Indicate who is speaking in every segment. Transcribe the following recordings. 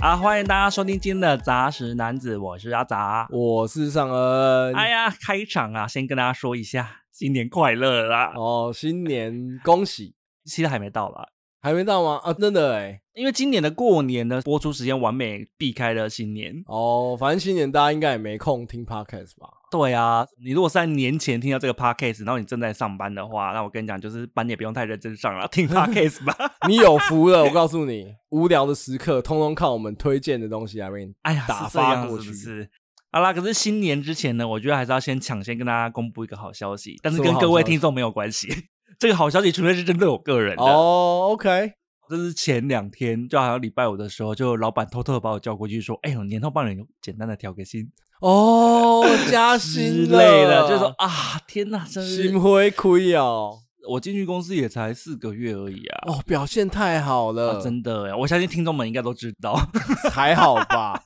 Speaker 1: 啊，欢迎大家收听今天的杂食男子，我是阿杂。
Speaker 2: 我是尚恩。
Speaker 1: 哎呀，开场啊，先跟大家说一下，新年快乐啦！
Speaker 2: 哦，新年恭喜，
Speaker 1: 其实还没到啦，
Speaker 2: 还没到吗？啊，真的哎。
Speaker 1: 因为今年的过年的播出时间完美避开了新年。
Speaker 2: 哦，反正新年大家应该也没空听 podcast 吧？
Speaker 1: 对啊，你如果是在年前听到这个 podcast，然后你正在上班的话，那我跟你讲，就是班也不用太认真上了， 听 podcast 吧。
Speaker 2: 你有福了，我告诉你，无聊的时刻通通靠我们推荐的东西来为你。
Speaker 1: 哎呀，
Speaker 2: 打
Speaker 1: 是这样
Speaker 2: 发过
Speaker 1: 是不
Speaker 2: 去
Speaker 1: 是？好啦，可是新年之前呢，我觉得还是要先抢先跟大家公布一个好消息，但是
Speaker 2: 什么
Speaker 1: 跟
Speaker 2: 好
Speaker 1: 各位
Speaker 2: 消
Speaker 1: 听
Speaker 2: 息
Speaker 1: 众没有关系。 这个好消息纯粹是针对我个人的。
Speaker 2: 哦，OK，
Speaker 1: 这是前两天，就好像礼拜五的时候，就老板偷偷的把我叫过去说：“哎、呦，年后帮你简单的调个薪
Speaker 2: 哦，加
Speaker 1: 之
Speaker 2: 薪
Speaker 1: 类的。”
Speaker 2: 了，
Speaker 1: 就是说啊，天哪，真是
Speaker 2: 心灰灰哦，
Speaker 1: 我进去公司也才四个月而已 啊。
Speaker 2: 哦，表现太好了，
Speaker 1: 啊真的耶，我相信听众们应该都知道
Speaker 2: 还好 吧？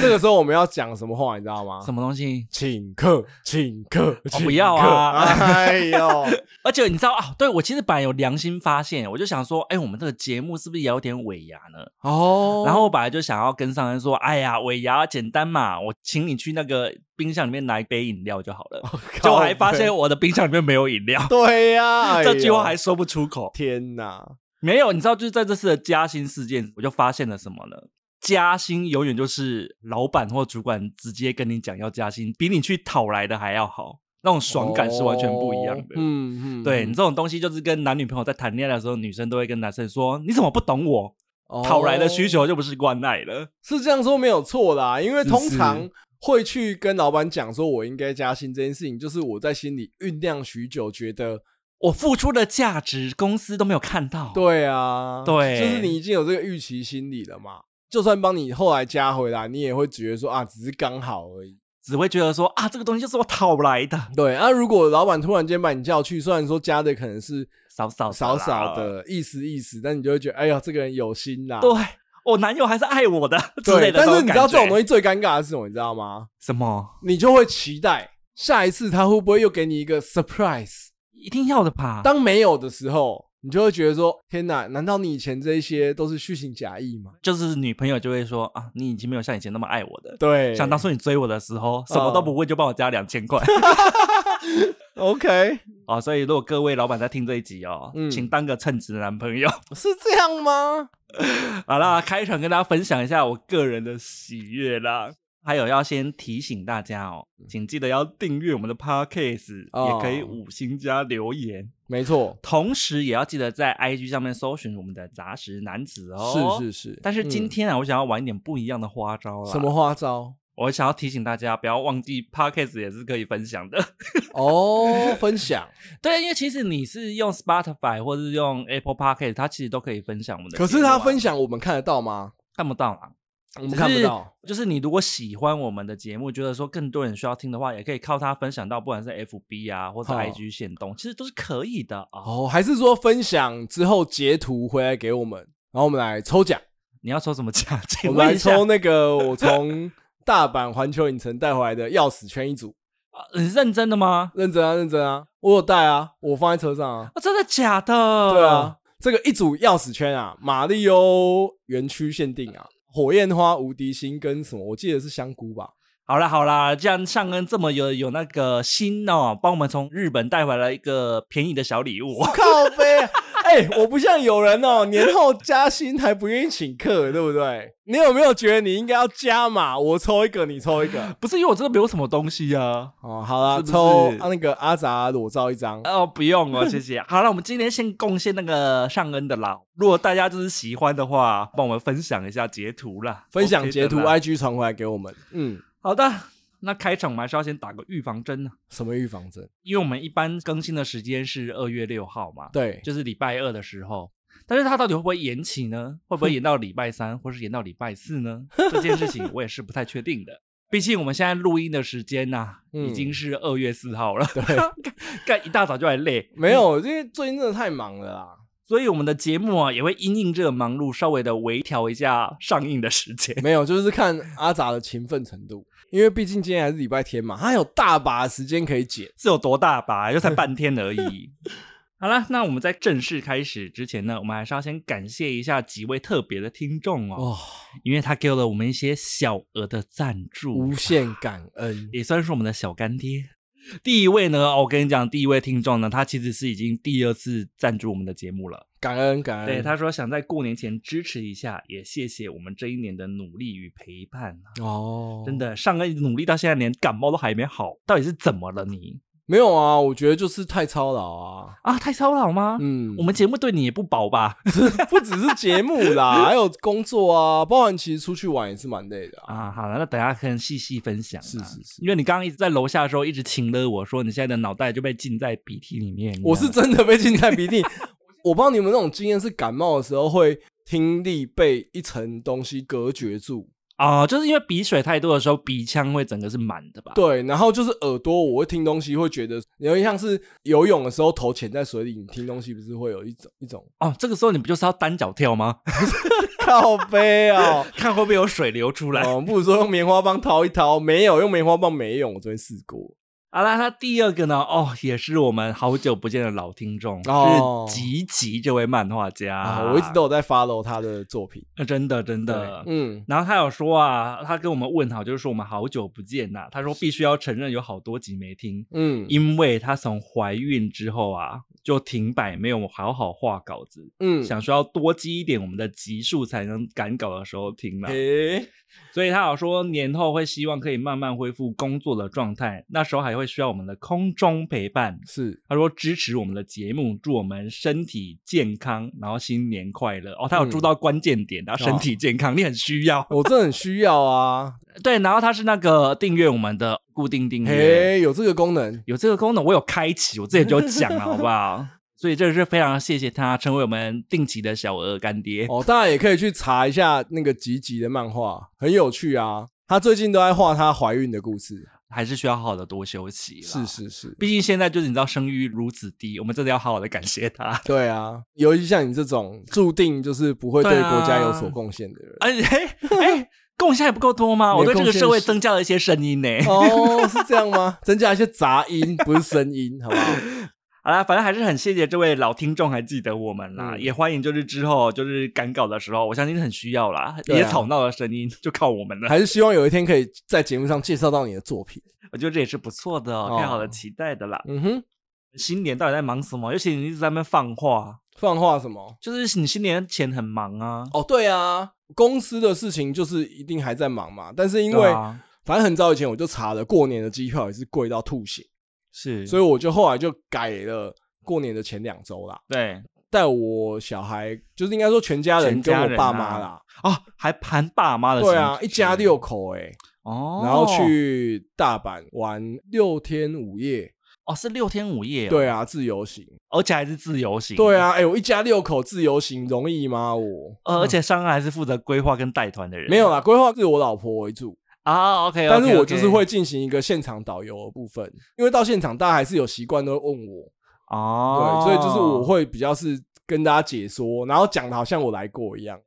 Speaker 2: 这个时候我们要讲什么话，你知道吗？
Speaker 1: 什么东西。
Speaker 2: 请客，请客，请客
Speaker 1: 不要啊
Speaker 2: 哎呦，
Speaker 1: 而且你知道啊，对我其实本来有良心发现，我就想说，哎、我们这个节目是不是也有点尾牙呢？
Speaker 2: 哦，，
Speaker 1: 然后我本来就想要跟上人说，哎呀，尾牙简单嘛，我请你去那个冰箱里面拿一杯饮料就好了。结果还发现我的冰箱里面没有饮料
Speaker 2: 对呀、哎呦
Speaker 1: 这句话还说不出口。
Speaker 2: 天哪！
Speaker 1: 没有，你知道，就是在这次的加薪事件，我就发现了什么呢？加薪永远就是老板或主管直接跟你讲要加薪，比你去讨来的还要好，那种爽感是完全不一样的。
Speaker 2: 哦嗯嗯，
Speaker 1: 对你
Speaker 2: 嗯
Speaker 1: 这种东西，就是跟男女朋友在谈恋爱的时候，女生都会跟男生说：“你怎么不懂我？”
Speaker 2: 哦
Speaker 1: 讨来的需求就不是关爱了。
Speaker 2: 是这样说没有错啦、因为
Speaker 1: 是
Speaker 2: 通常会去跟老板讲说我应该加薪这件事情，就是我在心里酝酿许久，觉得
Speaker 1: 我付出的价值，公司都没有看到。
Speaker 2: 对啊，
Speaker 1: 对
Speaker 2: 就是你已经有这个预期心理了嘛。就算帮你后来加回来，你也会觉得说啊，只是刚好而已。
Speaker 1: 只会觉得说啊，这个东西就是我讨来的，
Speaker 2: 对啊，如果老板突然间把你叫去，虽然说加的可能是
Speaker 1: 少少
Speaker 2: 少少
Speaker 1: 的啦。哦
Speaker 2: 的意思意思，但你就会觉得，哎呀，这个人有心啦。
Speaker 1: 对，我男友还是爱我的之类
Speaker 2: 啊对，
Speaker 1: 的。
Speaker 2: 但是你知道这种东
Speaker 1: 西
Speaker 2: 西最尴尬的是什么？你知道吗？
Speaker 1: 什么？
Speaker 2: 你就会期待下一次他会不会又给你一个 surprise。
Speaker 1: 一定要的吧？
Speaker 2: 当没有的时候，你就会觉得说：天哪，难道你以前这一些都是虚情假意吗？
Speaker 1: 就是女朋友就会说啊，你已经没有像以前那么爱我的。
Speaker 2: 对，嗯
Speaker 1: 想当初你追我的时候，什么都不问就帮我加两千 块
Speaker 2: OK
Speaker 1: 哦。所以如果各位老板在听这一集哦，
Speaker 2: 嗯
Speaker 1: 请当个称职的男朋友。
Speaker 2: 是这样吗？
Speaker 1: 好啦，开场跟大家分享一下我个人的喜悦啦。还有要先提醒大家哦，请记得要订阅我们的 podcast，、
Speaker 2: 嗯哦
Speaker 1: 也可以五星加留言，
Speaker 2: 没错，
Speaker 1: 同时也要记得在 IG 上面搜寻我们的杂食男子哦。
Speaker 2: 是
Speaker 1: 是。
Speaker 2: 是是。
Speaker 1: 但是今
Speaker 2: 嗯
Speaker 1: 天啊，我想要玩一点不一样的花招啦。
Speaker 2: 什么？花招？
Speaker 1: 我想要提醒大家，不要忘记 podcast 也是可以分享的。
Speaker 2: 哦，分享。
Speaker 1: 对，因为其实你是用 Spotify 或是用 Apple Podcast，它其实都可以分享我们的节目
Speaker 2: 可
Speaker 1: 啊。
Speaker 2: 是他分享我们看得到吗？
Speaker 1: 看不到啦。
Speaker 2: 我们看不到。
Speaker 1: 只是就是你如果喜欢我们的节目，觉得说更多人需要听的话，也可以靠它分享到不管是 FB 啊，或是
Speaker 2: 哦
Speaker 1: IG 线动，其实都是可以的啊、
Speaker 2: 哦，还是说分享之后截图回来给我们，然后我们来抽奖，
Speaker 1: 你要抽什么奖？ 请
Speaker 2: 我们
Speaker 1: 问
Speaker 2: 来
Speaker 1: 一下
Speaker 2: 抽，那个我从 大阪环球影城带回来的钥匙圈一组，
Speaker 1: 啊你是认真的吗？
Speaker 2: 认真啊，认真啊，我有带啊，我放在车上啊，
Speaker 1: 啊，真的假的？
Speaker 2: 对啊，，这个一组钥匙圈啊，马里欧园区限定啊，火焰花、无敌星跟什么，我记得是香菇吧，
Speaker 1: 好啦好啦，既然上恩这么有有那个心哦，帮我们从日本带回来一个便宜的小礼物。
Speaker 2: 靠背。哎、我不像有人哦，年后加薪还不愿意请客，对不对？你有没有觉得你应该要加码？我抽一个，你抽一 个。
Speaker 1: 不是因为我真的没有什么东西啊。
Speaker 2: 哦，好啦，
Speaker 1: 是不是
Speaker 2: 抽、啊、那个阿杂裸照一张。
Speaker 1: 哦，不用哦， 谢谢。好了，我们今天先贡献那个上恩的啦。如果大家就是喜欢的话，帮我们分享一下截图哎啦，
Speaker 2: 分享
Speaker 1: OK 的
Speaker 2: 截图
Speaker 1: 啦
Speaker 2: IG 传回来给我们。嗯，
Speaker 1: 好的，那开场我们还是要先打个预防针呢，
Speaker 2: 什么预防 针？
Speaker 1: 因为我们一般更新的时间是二月六号嘛，
Speaker 2: 对，
Speaker 1: 就是礼拜二的时候。但是它到底会不会延期呢？会不会延到礼拜三，或是延到礼拜四呢？这件事情我也是不太确定的。毕竟我们现在录音的时间呐、
Speaker 2: 嗯
Speaker 1: 已经是二月四号了，
Speaker 2: 对
Speaker 1: 干干一大早就来累，
Speaker 2: 没有，因为最近真的太忙了 啦。
Speaker 1: 所以我们的节目啊，也会因应这个忙碌，稍微的微调一下上映的时间。
Speaker 2: 没有，就是看阿杂的勤奋程度，因为毕竟今天还是礼拜天嘛，他有大把的时间可以剪。
Speaker 1: 是有多大吧？就才半天而已。好了，那我们在正式开始之前呢，我们还是要先感谢一下几位特别的听众哦，
Speaker 2: 哇，
Speaker 1: 因为他给了我们一些小额的赞助
Speaker 2: 无，限感恩
Speaker 1: 也算是我们的小干爹。第一位呢，哦我跟你讲，第一位听众呢，他其实是已经第二次赞助我们的节目了。
Speaker 2: 感恩感恩。
Speaker 1: 对，他说想在过年前支持一下，也谢谢我们这一年的努力与陪伴。啊
Speaker 2: 哦，
Speaker 1: 真的，上个努力到现在连感冒都还没好，到底是怎么了你
Speaker 2: 没有啊，我觉得就是太操劳啊。
Speaker 1: 啊？太操劳吗？
Speaker 2: 嗯
Speaker 1: 我，们节目对你也不薄吧？
Speaker 2: 不只是节目啦，还有工作啊，包含其实出去玩也是蛮累的啊。
Speaker 1: 啊，好了，那等一下可能细细分享、啊。
Speaker 2: 是是是
Speaker 1: 因为你刚刚一直在楼下的时候，一直亲了我说你现在的脑袋就被浸在鼻涕里面。
Speaker 2: 我是
Speaker 1: 这
Speaker 2: 真的被浸在鼻涕。 我不知道你们那种经验是感冒的时候会听力被一层东西隔绝住，
Speaker 1: 啊、就是因为鼻水太多的时候，鼻腔会整个是满的吧？
Speaker 2: 对，然后就是耳朵我会听东西会觉得有点像是游泳的时候头潜在水里，你听东西不是会有一种一种
Speaker 1: 哦，这个时候你不就是要单脚跳吗？
Speaker 2: 靠背哦。
Speaker 1: 看会不会有水流出来。
Speaker 2: 哦，不如说用棉花棒掏一掏，没有用棉花棒没用，我昨天试过。
Speaker 1: 好啦，那第二个呢？哦，也是我们好久不见的老听众，
Speaker 2: 哦
Speaker 1: 是吉吉这位漫画家、
Speaker 2: 啊，我一直都有在 follow 他的作品。
Speaker 1: 呃真的真的。
Speaker 2: 嗯，
Speaker 1: 然后他有说啊，他跟我们问好，就是说我们好久不见呐、他说必须要承认有好多集没听，
Speaker 2: 嗯
Speaker 1: 因为他从怀孕之后啊就停摆，没有好好画稿子，
Speaker 2: 嗯，
Speaker 1: 想说要多积一点我们的集数才能赶稿的时候听嘛。
Speaker 2: 诶、
Speaker 1: 所以他有说年后会希望可以慢慢恢复工作的状态，那时候还会需要我们的空中陪伴。
Speaker 2: 是
Speaker 1: 他说支持我们的节目，祝我们身体健康，然后新年快乐。哦，他有
Speaker 2: 嗯
Speaker 1: 注到关键点，然后身体健康，你很需要。
Speaker 2: 我真的很需要 啊。
Speaker 1: 对，然后他是那个订阅我们的固定订阅，
Speaker 2: 嘿，有这个功能，
Speaker 1: 有这个功能，我有开启，我之前就有讲了，好不 好？所以这是非常谢谢他成为我们定期的小额干爹。
Speaker 2: 哦，大家也可以去查一下那个吉吉的漫画，很有趣啊。她最近都在画她怀孕的故事，
Speaker 1: 还是需要好好的多休息啦。
Speaker 2: 是是是，
Speaker 1: 毕竟现在就是你知道生育如此低，我们真的要好好的感谢他。
Speaker 2: 对啊，尤其像你这种注定就是不会对
Speaker 1: 对啊
Speaker 2: 国家有所贡献的人。
Speaker 1: 哎哎哎，贡献还不够多吗？
Speaker 2: 你的
Speaker 1: 我对这个
Speaker 2: 贡献
Speaker 1: 社会
Speaker 2: 是
Speaker 1: 增加了一些声音呢。
Speaker 2: 哦，是这样吗？ 增加一些杂音，不是声音，好不 好？
Speaker 1: 好啦，反正还是很谢谢这位老听众还记得我们啦，
Speaker 2: 嗯
Speaker 1: 也欢迎就是之后就是赶稿的时候，我相信很需要啦，
Speaker 2: 对啊
Speaker 1: 也吵闹的声音就靠我们了，
Speaker 2: 还是希望有一天可以在节目上介绍到你的作品。
Speaker 1: 我觉得这也是不错的、哦，
Speaker 2: 哦
Speaker 1: 太好了，期待的啦。
Speaker 2: 嗯哼，
Speaker 1: 新年到底在忙什么？尤其你一直在那边放话，
Speaker 2: 放话什么？
Speaker 1: 就是你新年前很忙啊，
Speaker 2: 哦，对啊，公司的事情就是一定还在忙嘛。但是因
Speaker 1: 对
Speaker 2: 为、
Speaker 1: 啊、
Speaker 2: 反正很早以前我就查了，过年的机票也是贵到吐血，
Speaker 1: 是，
Speaker 2: 所
Speaker 1: 以
Speaker 2: 以我就后来就改了过年的前两周啦，
Speaker 1: 对
Speaker 2: 带我小孩，就是应该说全家
Speaker 1: 全
Speaker 2: 人跟
Speaker 1: 家
Speaker 2: 我
Speaker 1: 人
Speaker 2: 爸
Speaker 1: 啊
Speaker 2: 妈啦，
Speaker 1: 哦，还盘爸妈的行
Speaker 2: 对
Speaker 1: 程，
Speaker 2: 啊，一家六口哎、
Speaker 1: 哦，
Speaker 2: 然后去大阪玩六天五夜，
Speaker 1: 哦是六天五夜、哦，
Speaker 2: 对，啊，自由行，
Speaker 1: 而且还是自由行，
Speaker 2: 对，啊，哎、我一家六口自由行容易吗？我
Speaker 1: 呃，而且上岸还是负责规划跟带团的人，
Speaker 2: 嗯没有啦，规划是我老婆为主，
Speaker 1: 啊，OK，
Speaker 2: 但是我就是会进行一个现场导游的部分，因为到现场大家还是有习惯都会问我，
Speaker 1: 哦，
Speaker 2: 对，所以就是我会比较是跟大家解说，然后讲的好像我来过一样，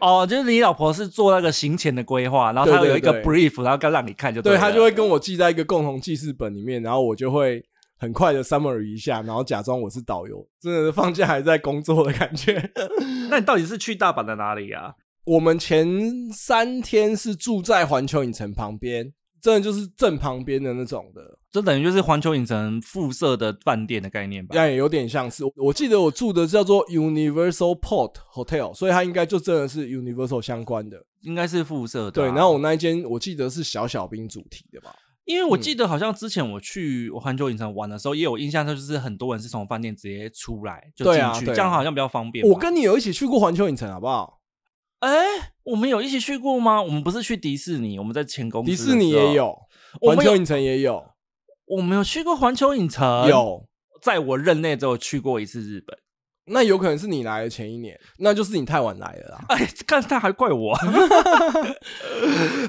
Speaker 1: 哦，就是你老婆是做那个行前的规划，然后她
Speaker 2: 对对
Speaker 1: 有一个
Speaker 2: 对
Speaker 1: brief，然后刚让你看就
Speaker 2: 对
Speaker 1: 了
Speaker 2: 他就会跟我记在一个共同记事本里面，然后我就会很快的 summary 一下，然后假装我是导游，真的是放假还在工作的感觉。
Speaker 1: 那你到底是去大阪的哪里啊？
Speaker 2: 我们前三天是住在环球影城旁边，真的就是正旁边的那种的，
Speaker 1: 这等于就是环球影城附设的饭店的概念吧？
Speaker 2: 但也有点像是，我我记得我住的叫做 Universal Port Hotel，所以它应该就真的是 Universal 相关的。
Speaker 1: 应该是附设的
Speaker 2: 对，
Speaker 1: 啊、
Speaker 2: 然后我那一间我记得是小小兵主题的吧？
Speaker 1: 因为我
Speaker 2: 嗯
Speaker 1: 记得好像之前我去环球影城玩的时候，也有印象，就是很多人是从饭店直接出来就进
Speaker 2: 对
Speaker 1: 去，
Speaker 2: 啊对
Speaker 1: 这
Speaker 2: 啊
Speaker 1: 样好像比较方便吧。
Speaker 2: 我跟你有一起去过环球影城，好不好？
Speaker 1: 哎，我们有一起去过吗？我们不是去迪士尼，我们在前公司
Speaker 2: 迪
Speaker 1: 的时
Speaker 2: 士尼
Speaker 1: 候
Speaker 2: 也，有，
Speaker 1: 我
Speaker 2: 环
Speaker 1: 们
Speaker 2: 球
Speaker 1: 有
Speaker 2: 影城也有，
Speaker 1: 我们有去过环球影城，
Speaker 2: 有。
Speaker 1: 在我任内只有去过一次日本。
Speaker 2: 那有可能是你来的前一年，那就是你太晚来了啦。
Speaker 1: 哎，看他还怪 我。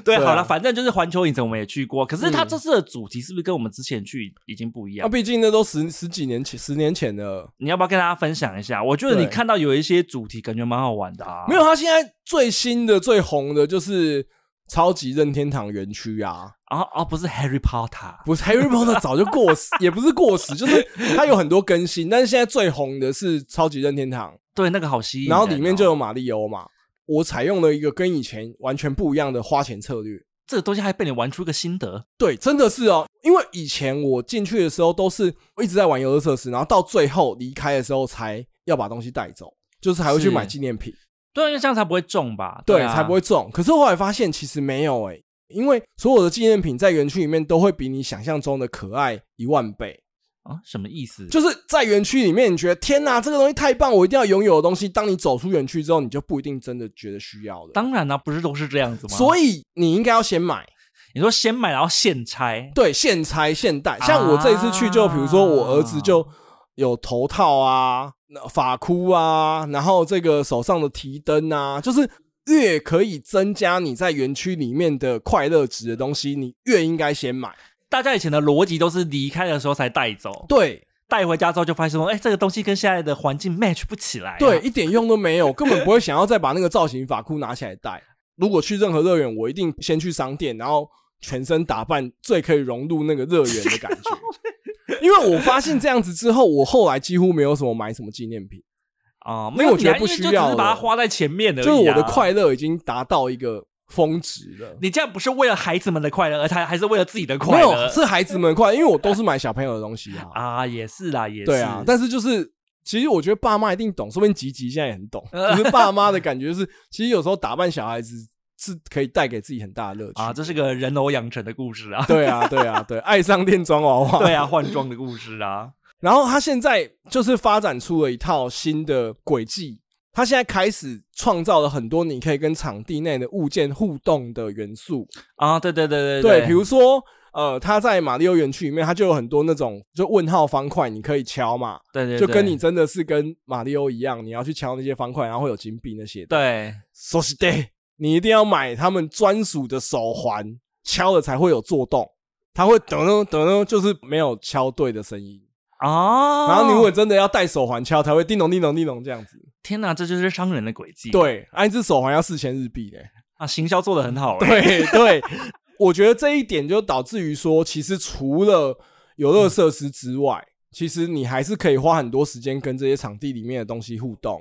Speaker 1: 对，
Speaker 2: 对啊
Speaker 1: 好了，反正就是环球影城我们也去过，可是他
Speaker 2: 嗯啊
Speaker 1: 这次的主题是不是跟我们之前去已经不一
Speaker 2: 那
Speaker 1: 样？
Speaker 2: 毕竟那都十十几年前、十年前的，
Speaker 1: 你要不要跟大家分享一下？我觉得
Speaker 2: 对
Speaker 1: 你看到有一些主题感觉蛮好玩的啊。
Speaker 2: 没有。他现在最新的、最红的就是超级任天堂园区啊，
Speaker 1: 啊啊，不是 Harry Potter，
Speaker 2: 不是 Harry Potter 早就过时， 也不是过时，就是它有很多更新，但是现在最红的是超级任天堂，
Speaker 1: 对，那个好吸引人哦。
Speaker 2: 然后里面就有马里欧嘛。我采用了一个跟以前完全不一样的花钱策略，
Speaker 1: 这个东西还被你玩出个心得，
Speaker 2: 对，真的是哦，因为以前我进去的时候都是一直在玩游乐设施，然后到最后离开的时候才要把东西带走，就是还会去
Speaker 1: 是
Speaker 2: 买纪念品，
Speaker 1: 对啊，因为这样才不会中吧？
Speaker 2: 对，
Speaker 1: 啊
Speaker 2: 才不会中。可是后来发现其实没有诶、欸因为所有的纪念品在园区里面都会比你想象中的可爱一万倍。
Speaker 1: 啊，什么意思？
Speaker 2: 就是在园区里面，你觉得天哪，这个东西太棒，我一定要拥有的东西，当你走出园区之后，你就不一定真的觉得需要了。
Speaker 1: 当然啦、不是都是这样子吗？
Speaker 2: 所
Speaker 1: 以
Speaker 2: 以你应该要先买。
Speaker 1: 你说先买然后现拆，
Speaker 2: 对，现拆现戴。像我这一次去，就比如说我儿子就有头套啊、那发箍啊，然后这个手上的提灯啊，就是越可以增加你在园区里面的快乐值的东西，你越应该先买。
Speaker 1: 大家以前的逻辑都是离开的时候才带走，
Speaker 2: 对
Speaker 1: 带回家之后就发现说，哎，这个东西跟现在的环境 match 不起来、啊
Speaker 2: 对，，一点用都没有，根本不会想要再把那个造型发箍拿起来戴。如果去任何乐园，我一定先去商店，然后全身打扮最可以融入那个乐园的感觉。因为我发现这样子之后，我后来几乎没有什么买什么纪念品。
Speaker 1: 啊、
Speaker 2: 那
Speaker 1: 没
Speaker 2: 个
Speaker 1: 有
Speaker 2: 我觉得
Speaker 1: 你还
Speaker 2: 不
Speaker 1: 因为
Speaker 2: 需
Speaker 1: 就只
Speaker 2: 要
Speaker 1: 是把它
Speaker 2: 了
Speaker 1: 花在前面而已、啊，
Speaker 2: 就是我的。快乐已经达到一个峰值了。
Speaker 1: 你这样不是为了孩子们的快乐，而还还是为了自己的
Speaker 2: 没
Speaker 1: 快乐
Speaker 2: 有是孩子们的快乐，因为我都是买小朋友的东西啊。
Speaker 1: 啊，也是啦，也是。
Speaker 2: 对啊，但是就是其实我觉得爸妈一定懂，说不定吉吉现在也很 懂。就是爸妈的感觉就是，其实有时候打扮小孩子是可以带给自己很大的乐趣
Speaker 1: 啊，这是个人偶养成的故事啊，
Speaker 2: 对啊，对啊，对，爱上电装娃娃。
Speaker 1: 对啊，换装的故事啊，
Speaker 2: 然后他现在就是发展出了一套新的轨迹，他现在开始创造了很多你可以跟场地内的物件互动的元素。
Speaker 1: 啊，对对对
Speaker 2: 对，
Speaker 1: 对，
Speaker 2: 比如说，呃，他在马里奥园区里面，他就有很多那种就问号方块，你可以敲嘛，
Speaker 1: 对对，
Speaker 2: 就跟
Speaker 1: 对
Speaker 2: 你真的是跟马里奥一样，你要去敲那些方块，然后会有金币那些的。
Speaker 1: 对
Speaker 2: 说是 day，你一定要买他们专属的手环，敲了才会有做动，它会噔噔噔噔，就是没有敲对的声音。
Speaker 1: 啊，
Speaker 2: 然后你如果真的要戴手环敲，才会叮咚叮咚叮咚这样子。
Speaker 1: 天哪，这就是商人的轨迹，
Speaker 2: 对，啊，一只手环要四千日币嘞、
Speaker 1: 啊，行销做的很好欸，
Speaker 2: 对对，我觉得这一点就导致于说，其实除了游乐设施之外，
Speaker 1: 嗯
Speaker 2: 其实你还是可以花很多时间跟这些场地里面的东西互动。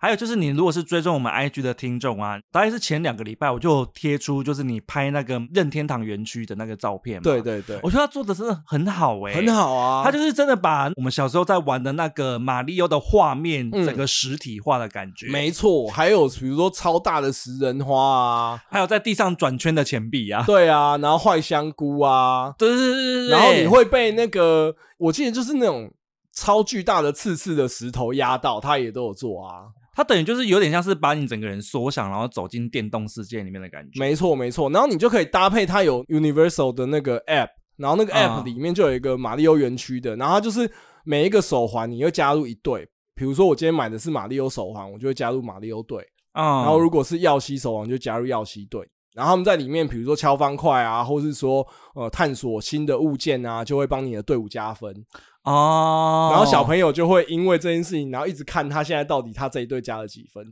Speaker 1: 还有就是，你如果是追踪我们 IG 的听众啊，大概是前两个礼拜我就有贴出，就是你拍那个任天堂园区的那个照片嘛。
Speaker 2: 对，对对，
Speaker 1: 我觉得他做的真的很好哎、
Speaker 2: 很。好啊。
Speaker 1: 哦他就是真的把我们小时候在玩的那个马里奥的画面，
Speaker 2: 嗯
Speaker 1: 整个实体化的感觉，
Speaker 2: 没错，还有比如说超大的食人花啊，
Speaker 1: 还有在地上转圈的钱币啊，
Speaker 2: 对啊，然后坏香菇 啊，
Speaker 1: 对对对对对，
Speaker 2: 然后你会被那个，我记得就是那种超巨大的刺刺的石头压到，他也都有做啊。
Speaker 1: 它等于就是有点像是把你整个人缩小，然后走进电动世界里面的感觉。
Speaker 2: 没错，没错。然后你就可以搭配它有 Universal 的那个 App，然后那个
Speaker 1: 啊
Speaker 2: App 里面就有一个马里奥园区的，然后它就是每一个手环你又加入一队。比如说我今天买的是马里奥手环，我就会加入马里奥队；
Speaker 1: 啊、
Speaker 2: 然后如果是耀西手环，就加入耀西队。然后他们在里面，比如说敲方块啊，或是说呃探索新的物件啊，就会帮你的队伍加分。
Speaker 1: 哦，
Speaker 2: 然后小朋友就会因为这件事情，然后一直看他现在到底他这一队加了几分。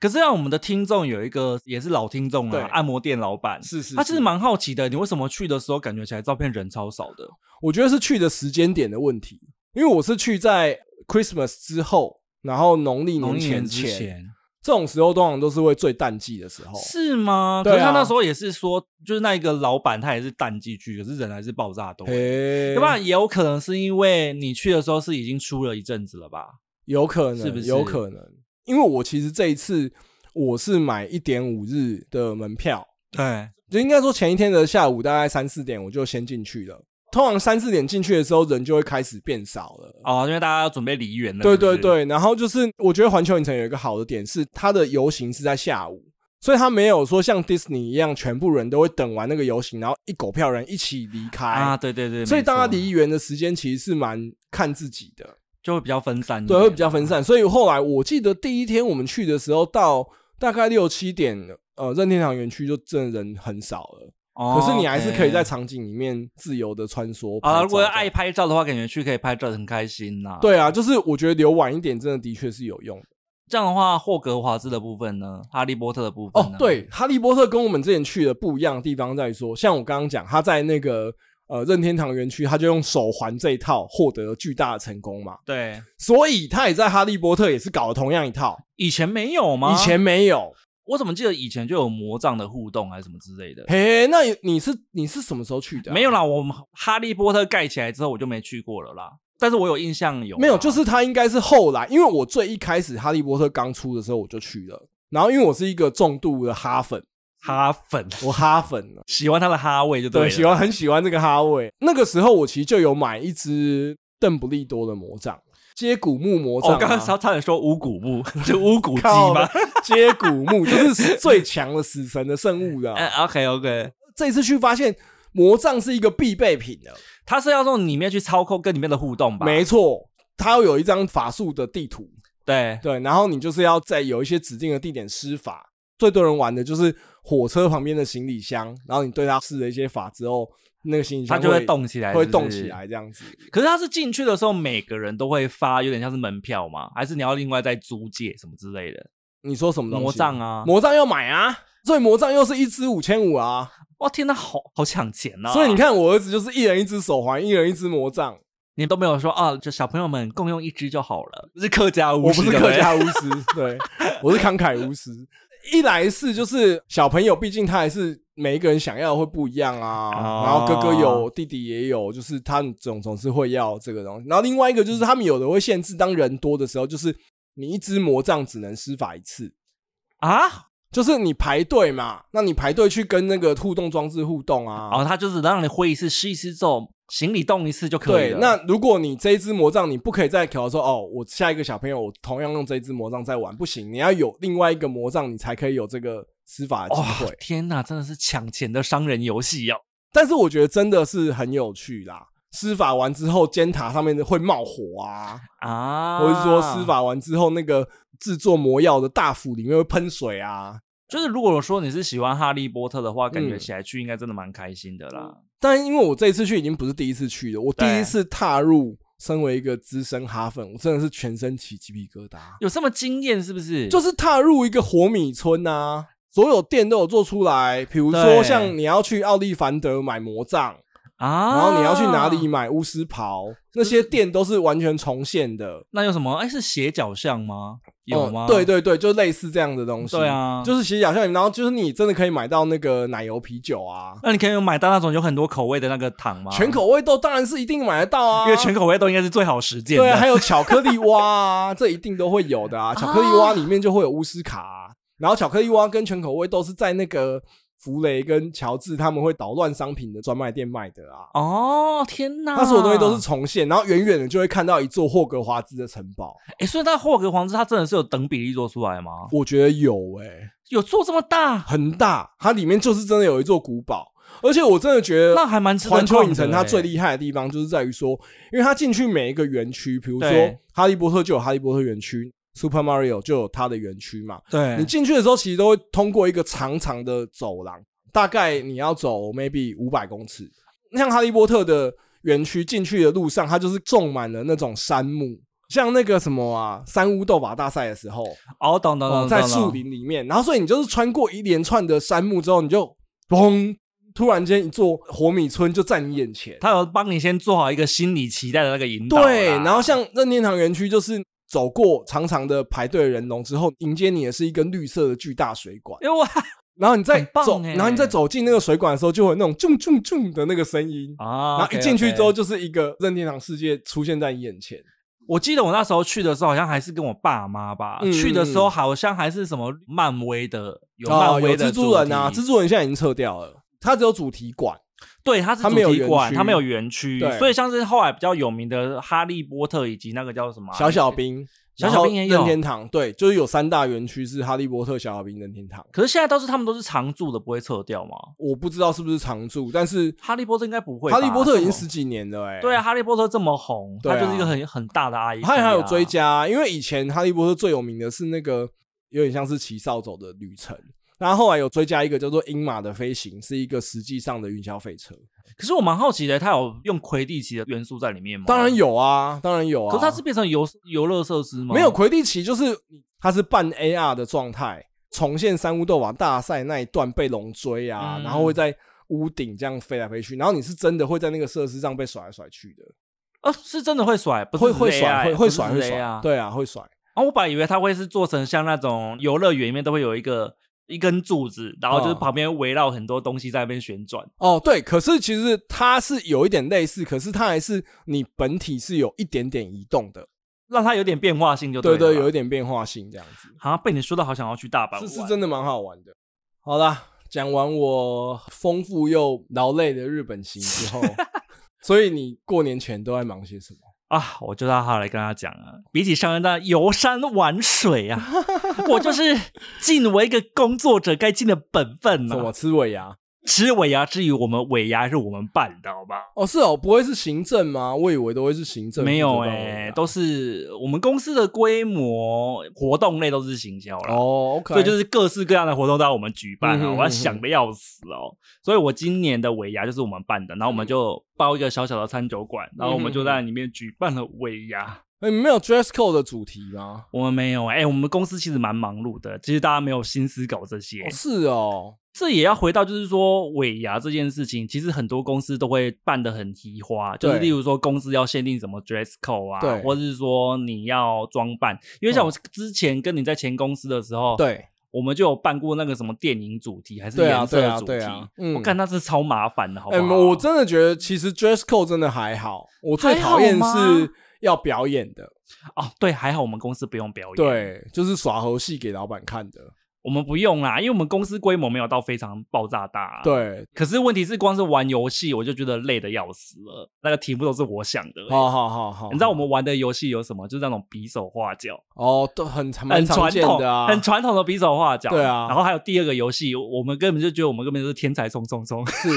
Speaker 1: 可是让我们的听众有一个也是老听众
Speaker 2: 对
Speaker 1: 了，按摩店老板，
Speaker 2: 是是
Speaker 1: 他其实蛮好奇的，你为什么去的时候感觉起来照片人超少的？
Speaker 2: 我觉得是去的时间点的问题，因为我是去在 Christmas 之后，然后农历
Speaker 1: 农
Speaker 2: 嗯年
Speaker 1: 历
Speaker 2: 前
Speaker 1: 年之
Speaker 2: 这种时候，通常都是会最淡季的时候。
Speaker 1: 是吗？
Speaker 2: 对啊
Speaker 1: 可是他那时候也是说，就是那一个老板他也是淡季去，可是人还是爆炸多。
Speaker 2: 嘿，
Speaker 1: 要不然也有可能是因为你去的时候是已经出了一阵子了吧？
Speaker 2: 有可能，
Speaker 1: 是不是
Speaker 2: 有可能，因为我其实这一次我是买一点五日的门票，
Speaker 1: 对，
Speaker 2: 就应该说前一天的下午大概三四点我就先进去了。通常三四点进去的时候，人就会开始变少了。
Speaker 1: 哦，因为大家要准备离园了。
Speaker 2: 对
Speaker 1: 是不
Speaker 2: 对
Speaker 1: 是，
Speaker 2: 对，然后就是我觉得环球影城有一个好的点是，它的游行是在下午，所以它没有说像迪士尼一样，全部人都会等完那个游行，然后一狗票人一起离开。
Speaker 1: 啊，对对对，
Speaker 2: 所以
Speaker 1: 没错
Speaker 2: 大家离园的时间其实是蛮看自己的，
Speaker 1: 就会比较分散一点，
Speaker 2: 对，会比较分散。所以后来我记得第一天我们去的时候，到大概六七点，呃，任天堂园区就真的人很少了。
Speaker 1: 哦。
Speaker 2: 可是你还是可以在
Speaker 1: OK
Speaker 2: 场景里面自由的穿梭
Speaker 1: 啊，
Speaker 2: 拍
Speaker 1: 如果
Speaker 2: 照
Speaker 1: 爱拍照的话，感觉去可以拍照得很开心呐、
Speaker 2: 对啊，就是我觉得留晚一点真的的确是有用的。
Speaker 1: 这样的话，霍格华兹的部分呢，哈利波特的部分
Speaker 2: 哦
Speaker 1: 呢，
Speaker 2: 对，哈利波特跟我们之前去的不一样的地方在于说，像我刚刚讲，他在那个呃任天堂园区，他就用手环这一套获得了巨大的成功嘛，
Speaker 1: 对，
Speaker 2: 所以他也在哈利波特也是搞了同样一套，
Speaker 1: 以前没有吗？
Speaker 2: 以前没有。
Speaker 1: 我怎么记得以前就有魔杖的互动还是什么之类的？
Speaker 2: 嘿，那你你是你是什么时候去的啊、
Speaker 1: 没有啦，我们哈利波特盖起来之后我就没去过了啦。但是我有印象有啊，
Speaker 2: 没有，就是他应该是后来，因为我最一开始《哈利波特》刚出的时候我就去了，然后因为我是一个重度的哈粉，
Speaker 1: 哈粉，
Speaker 2: 我哈粉了，
Speaker 1: 喜欢他的哈味就对了。啊
Speaker 2: 喜欢很喜欢这个哈味。那个时候我其实就有买一只邓布利多的魔杖，接骨木魔
Speaker 1: 哦
Speaker 2: 杖、啊，
Speaker 1: 我刚刚差差点说五谷木，就五谷鸡
Speaker 2: 靠
Speaker 1: 吗？
Speaker 2: 接骨木就是最强的死神的圣物的啊、
Speaker 1: 哎，OK OK，
Speaker 2: 这次去发现魔杖是一个必备品的，
Speaker 1: 他是要从里面去操控跟里面的互动吧？
Speaker 2: 没错，它有一张法术的地图，
Speaker 1: 对，
Speaker 2: 对，然后你就是要在有一些指定的地点施法。最多人玩的就是火车旁边的行李箱，然后你对它施了一些法之后，那个行李
Speaker 1: 它
Speaker 2: 箱
Speaker 1: 就
Speaker 2: 会
Speaker 1: 会，动起来，
Speaker 2: 会
Speaker 1: 是不是
Speaker 2: 动起。来这样子。
Speaker 1: 可是他是进去的时候，每个人都会发，有点像是门票嘛？还是你要另外再租借什么之类的？
Speaker 2: 你说什么东西？
Speaker 1: 魔杖啊
Speaker 2: 魔杖要买啊，所以魔杖又是一支五千五啊。
Speaker 1: 哇，天哪，好好抢钱啊呐、
Speaker 2: 所以你，看，我儿子就是一人一只手环，一人一只魔杖。
Speaker 1: 你都没有说啊，就小朋友们共用一支就好了，不是客家巫
Speaker 2: 我
Speaker 1: 师，
Speaker 2: 不是
Speaker 1: 对
Speaker 2: 客
Speaker 1: 对
Speaker 2: 家巫师，对我是慷慨巫师。一来是就是小朋友，毕竟他还是每一个人想要的会不一样啊。
Speaker 1: 哦
Speaker 2: 然后哥哥有，弟弟也有，就是他们总总是会要这个东西。然后另外一个就是他们有的会限制，当人多的时候，就是你一支魔杖只能施法一次，
Speaker 1: 啊。
Speaker 2: 就是你排队嘛，那你排队去跟那个互动装置互动啊。
Speaker 1: 然后哦他就是让你挥一次，试一次之后，行李动一次就可以
Speaker 2: 对
Speaker 1: 了。，
Speaker 2: 那如果你这一支魔杖，你不可以再调说哦，我下一个小朋友我同样用这一支魔杖在玩，不行，你要有另外一个魔杖，你才可以有这个施法的机
Speaker 1: 哇、
Speaker 2: 会。
Speaker 1: 天哪，真的是抢钱的商人游戏哦。
Speaker 2: 但是我觉得真的是很有趣啦，施法完之后，尖塔上面会冒火啊，
Speaker 1: 啊，
Speaker 2: 或者是说施，法完之后，那个制作魔药的大釜里面会喷水啊。
Speaker 1: 就是如果说你是喜欢哈利波特的话，感觉
Speaker 2: 嗯
Speaker 1: 起来去应该真的蛮开心的啦。
Speaker 2: 但因为我这一次去已经不是第一次去了，我第
Speaker 1: 对
Speaker 2: 一次踏入，身为一个资深哈粉，我真的是全身起鸡皮疙瘩。
Speaker 1: 有这么惊艳是不是？
Speaker 2: 就是是踏入一个活米村啊，所有店都有做出来。比如说
Speaker 1: 对
Speaker 2: 像你要去奥利凡德买魔杖，
Speaker 1: 啊，
Speaker 2: 然后你要去哪里？买巫师袍，那些店都是完全重现的。
Speaker 1: 那有什么？哎，是斜角巷吗？有吗？
Speaker 2: 嗯对，对对，就类似这样的东西。
Speaker 1: 对，啊，
Speaker 2: 就是斜角巷，然后就是你真的可以买到那个奶油啤酒啊，
Speaker 1: 那你可以买到那种有很多口味的那个糖吗？
Speaker 2: 全，口味豆当然是一定买得到啊，
Speaker 1: 啊因为全口味都应该是最好实践的。
Speaker 2: 对，啊还有巧克力蛙啊，这一定都会有的啊。巧克力
Speaker 1: 哦
Speaker 2: 蛙里面就会有巫师卡、啊，然后巧克力蛙跟全口味都是在那个弗雷跟乔治他们会捣乱商品的专卖店卖的啊。
Speaker 1: 哦，天哪！
Speaker 2: 那所有东西都是重现，然后远远的就会看到一座霍格华兹的城堡。啊
Speaker 1: 哎，所以那霍格皇室它真的是有等比例做出来吗？
Speaker 2: 我觉得有诶、
Speaker 1: 有做这么大，
Speaker 2: 很大，它里面就是真的有一座古堡，而且我真的觉得
Speaker 1: 那还蛮值得
Speaker 2: 环球
Speaker 1: 逛
Speaker 2: 影城
Speaker 1: 的
Speaker 2: 它
Speaker 1: 欸
Speaker 2: 最厉害的地方就是在于说，因为它进去每一个园区，比如说
Speaker 1: 对
Speaker 2: 哈利波特就有哈利波特园区，Super Mario 就有它的园区嘛。
Speaker 1: 对
Speaker 2: 你进去的时候，其实都会通过一个长长的走廊，大概你要走 maybe 五百公尺。像哈利波特的园区进去的路上，它就是种满了那种杉木，像那个什么啊，山屋斗法大赛的时候，
Speaker 1: 哦，懂懂
Speaker 2: 哦
Speaker 1: 懂，
Speaker 2: 在
Speaker 1: 懂
Speaker 2: 树。林里面，然后所以你就是穿过一连串的杉木之后，你就嘣，突然间一座活米村就在你眼前。
Speaker 1: 他有帮你先做好一个心理期待的那个引导啦。
Speaker 2: 对，然后像任天堂园区，就是走过长长的排队的人龙之后，迎接你的是一根绿色的巨大水管。
Speaker 1: 因 为我啊
Speaker 2: 然后你再
Speaker 1: 很棒
Speaker 2: 走，
Speaker 1: 欸
Speaker 2: 然后你再走进那个水管的时候，就会有那种啾啾啾的那个声音。
Speaker 1: 啊，
Speaker 2: 然后一
Speaker 1: OK，
Speaker 2: 进去
Speaker 1: OK
Speaker 2: 之后，，就是一个任天堂世界出现在你眼前。
Speaker 1: 我记得我那时候去的时候，好像还是跟我爸妈吧。
Speaker 2: 嗯
Speaker 1: 去的时候好像还是什么漫威的，有
Speaker 2: 哦，
Speaker 1: 漫
Speaker 2: 有
Speaker 1: 威的
Speaker 2: 蜘蛛人啊，
Speaker 1: 主题
Speaker 2: 蜘蛛人现在已经撤掉了，它只有主题馆。
Speaker 1: 对，它是
Speaker 2: 它
Speaker 1: 主
Speaker 2: 没有
Speaker 1: 题
Speaker 2: 园
Speaker 1: 馆，
Speaker 2: 区
Speaker 1: 它没有园区
Speaker 2: 对，
Speaker 1: 所以像是后来比较有名的《哈利波特》以及那个叫什么啊
Speaker 2: 小小。兵，
Speaker 1: 小小兵也有
Speaker 2: 然后任天堂，对，就是有三大园区是哈利波特、小小兵、任天堂。
Speaker 1: 可是现在都是他们都是常驻的，不会撤掉吗？
Speaker 2: 我不知道是不是常驻，但是
Speaker 1: 哈利波特应该不会吧。
Speaker 2: 哈利波特已经
Speaker 1: 这
Speaker 2: 十
Speaker 1: 么
Speaker 2: 几年了、欸，哎，
Speaker 1: 对啊，，哈利波特这么红，
Speaker 2: 对啊
Speaker 1: 它就是一个很很大的 IP 啊。
Speaker 2: 他还有追加，因为以前哈利波特最有名的是那个有点像是骑扫帚的旅程，然后后来有追加一个叫做鹰马的飞行，是一个实际上的云霄飞车。
Speaker 1: 可是我蛮好奇的，它有用魁地奇的元素在里面吗？
Speaker 2: 当然，有啊，当然有啊。
Speaker 1: 可是它是变成游游乐设施吗？
Speaker 2: 没有魁地奇，就是它是半 AR 的状态，重现三屋斗瓦大赛那一段被龙追啊，
Speaker 1: 嗯
Speaker 2: 然后会在屋顶这样飞来飞去，然后你是真的会在那个设施上被甩来甩去的，
Speaker 1: 啊，是真的会甩，不是
Speaker 2: 会会
Speaker 1: AI
Speaker 2: 甩会会甩
Speaker 1: 不
Speaker 2: 会
Speaker 1: 是 AI
Speaker 2: 甩
Speaker 1: 啊，。
Speaker 2: 对啊会甩。
Speaker 1: 啊，我本来以为它会是做成像那种游乐园里面都会有一个一根柱子，然后就是
Speaker 2: 嗯
Speaker 1: 旁边围绕很多东西在那边旋转。
Speaker 2: 哦，对，可是其实它是有一点类似，可是它还是你本体是有一点点移动的，
Speaker 1: 让它有点变化性就
Speaker 2: 对
Speaker 1: 哦对
Speaker 2: 对，有一
Speaker 1: 点
Speaker 2: 点变化性这样子，
Speaker 1: 好像被你说的好想要去大阪
Speaker 2: 是是
Speaker 1: 玩
Speaker 2: 真的蛮好玩的。好啦，讲完我丰富又劳累的日本行之 后，所以你过年前都在忙些什么？
Speaker 1: 啊！我就要好来跟他讲啊，比起上一代游山玩水啊， 我就是尽我一个工作者该尽的本分
Speaker 2: 什
Speaker 1: 了、
Speaker 2: 么
Speaker 1: 啊。
Speaker 2: 吃尾牙？
Speaker 1: 吃尾牙之余，我们尾牙是我们办的，好吧？
Speaker 2: 哦，是哦，不会是行政吗？我以为都会是行政负责办
Speaker 1: 没
Speaker 2: 尾牙，
Speaker 1: 有哎、都是我们公司的规模活动类都是行销啦。
Speaker 2: 哦，OK，
Speaker 1: 所以就是各式各样的活动都要我们举办
Speaker 2: 嗯
Speaker 1: 啊，
Speaker 2: 哼
Speaker 1: 我要
Speaker 2: 嗯哼
Speaker 1: 想的要死哦。所以我今年的尾牙就是我们办的，然后我
Speaker 2: 嗯
Speaker 1: 们就包一个小小的餐酒馆，然后我们就在里面举办了尾牙。
Speaker 2: 哎你没有 dress code 的主题吗？
Speaker 1: 我们没有哎、我们公司其实蛮忙碌的，其实大家没有心思搞这些
Speaker 2: 哦，。是哦，
Speaker 1: 这也要回到就是说尾牙这件事情，其实很多公司都会办得很提花，就是
Speaker 2: 对
Speaker 1: 例如说公司要限定什么 dress code 啊
Speaker 2: 对，
Speaker 1: 或者是说你要装扮，因为像
Speaker 2: 嗯
Speaker 1: 我之前跟你在前公司的时候，。
Speaker 2: 对
Speaker 1: 我们就有办过那个什么电影主题还是
Speaker 2: 对啊，
Speaker 1: 颜
Speaker 2: 对
Speaker 1: 色
Speaker 2: 啊，
Speaker 1: 主题，
Speaker 2: 对啊，嗯，
Speaker 1: 我看那是超麻烦的，好
Speaker 2: 哎、
Speaker 1: 不好？
Speaker 2: 我真的觉得其实 dress code 真的还好，我最讨厌
Speaker 1: 还好吗
Speaker 2: 是要表演的，
Speaker 1: 哦，对，还好我们公司不用表演，，
Speaker 2: 对，就是耍猴戏给老板看的，
Speaker 1: 我们不用啦，因为我们公司规模没有到非常爆炸大、。啊
Speaker 2: 对，
Speaker 1: 可是问题是，光是玩游戏我就觉得累的要死了。那个题目都是我想的、
Speaker 2: 好好好好，
Speaker 1: 你知道我们玩的游戏有什么？就是那种比手画脚，
Speaker 2: 哦，都很蛮
Speaker 1: 很
Speaker 2: 常
Speaker 1: 传
Speaker 2: 见
Speaker 1: 统
Speaker 2: 的啊，
Speaker 1: 很传统的比手画脚。
Speaker 2: 对啊
Speaker 1: 然后还有第二个游戏，我们根本就觉得我们根本就是天才冲冲冲。
Speaker 2: 是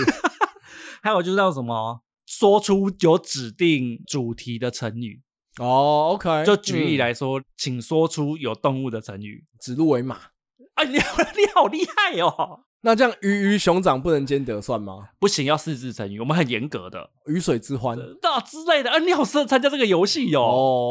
Speaker 1: 还有就是那种什么，说出有指定主题的成语，
Speaker 2: 哦，OK，
Speaker 1: 就举例
Speaker 2: 嗯
Speaker 1: 来说，请说出有动物的成语。
Speaker 2: 指鹿为马，
Speaker 1: 啊，你 你好厉害哦！
Speaker 2: 那这样鱼与熊掌不能兼得算吗？
Speaker 1: 不行，要四字成语，我们很严格的，
Speaker 2: 鱼水之欢，
Speaker 1: 那之类的。啊，你好适合参加这个游戏哦。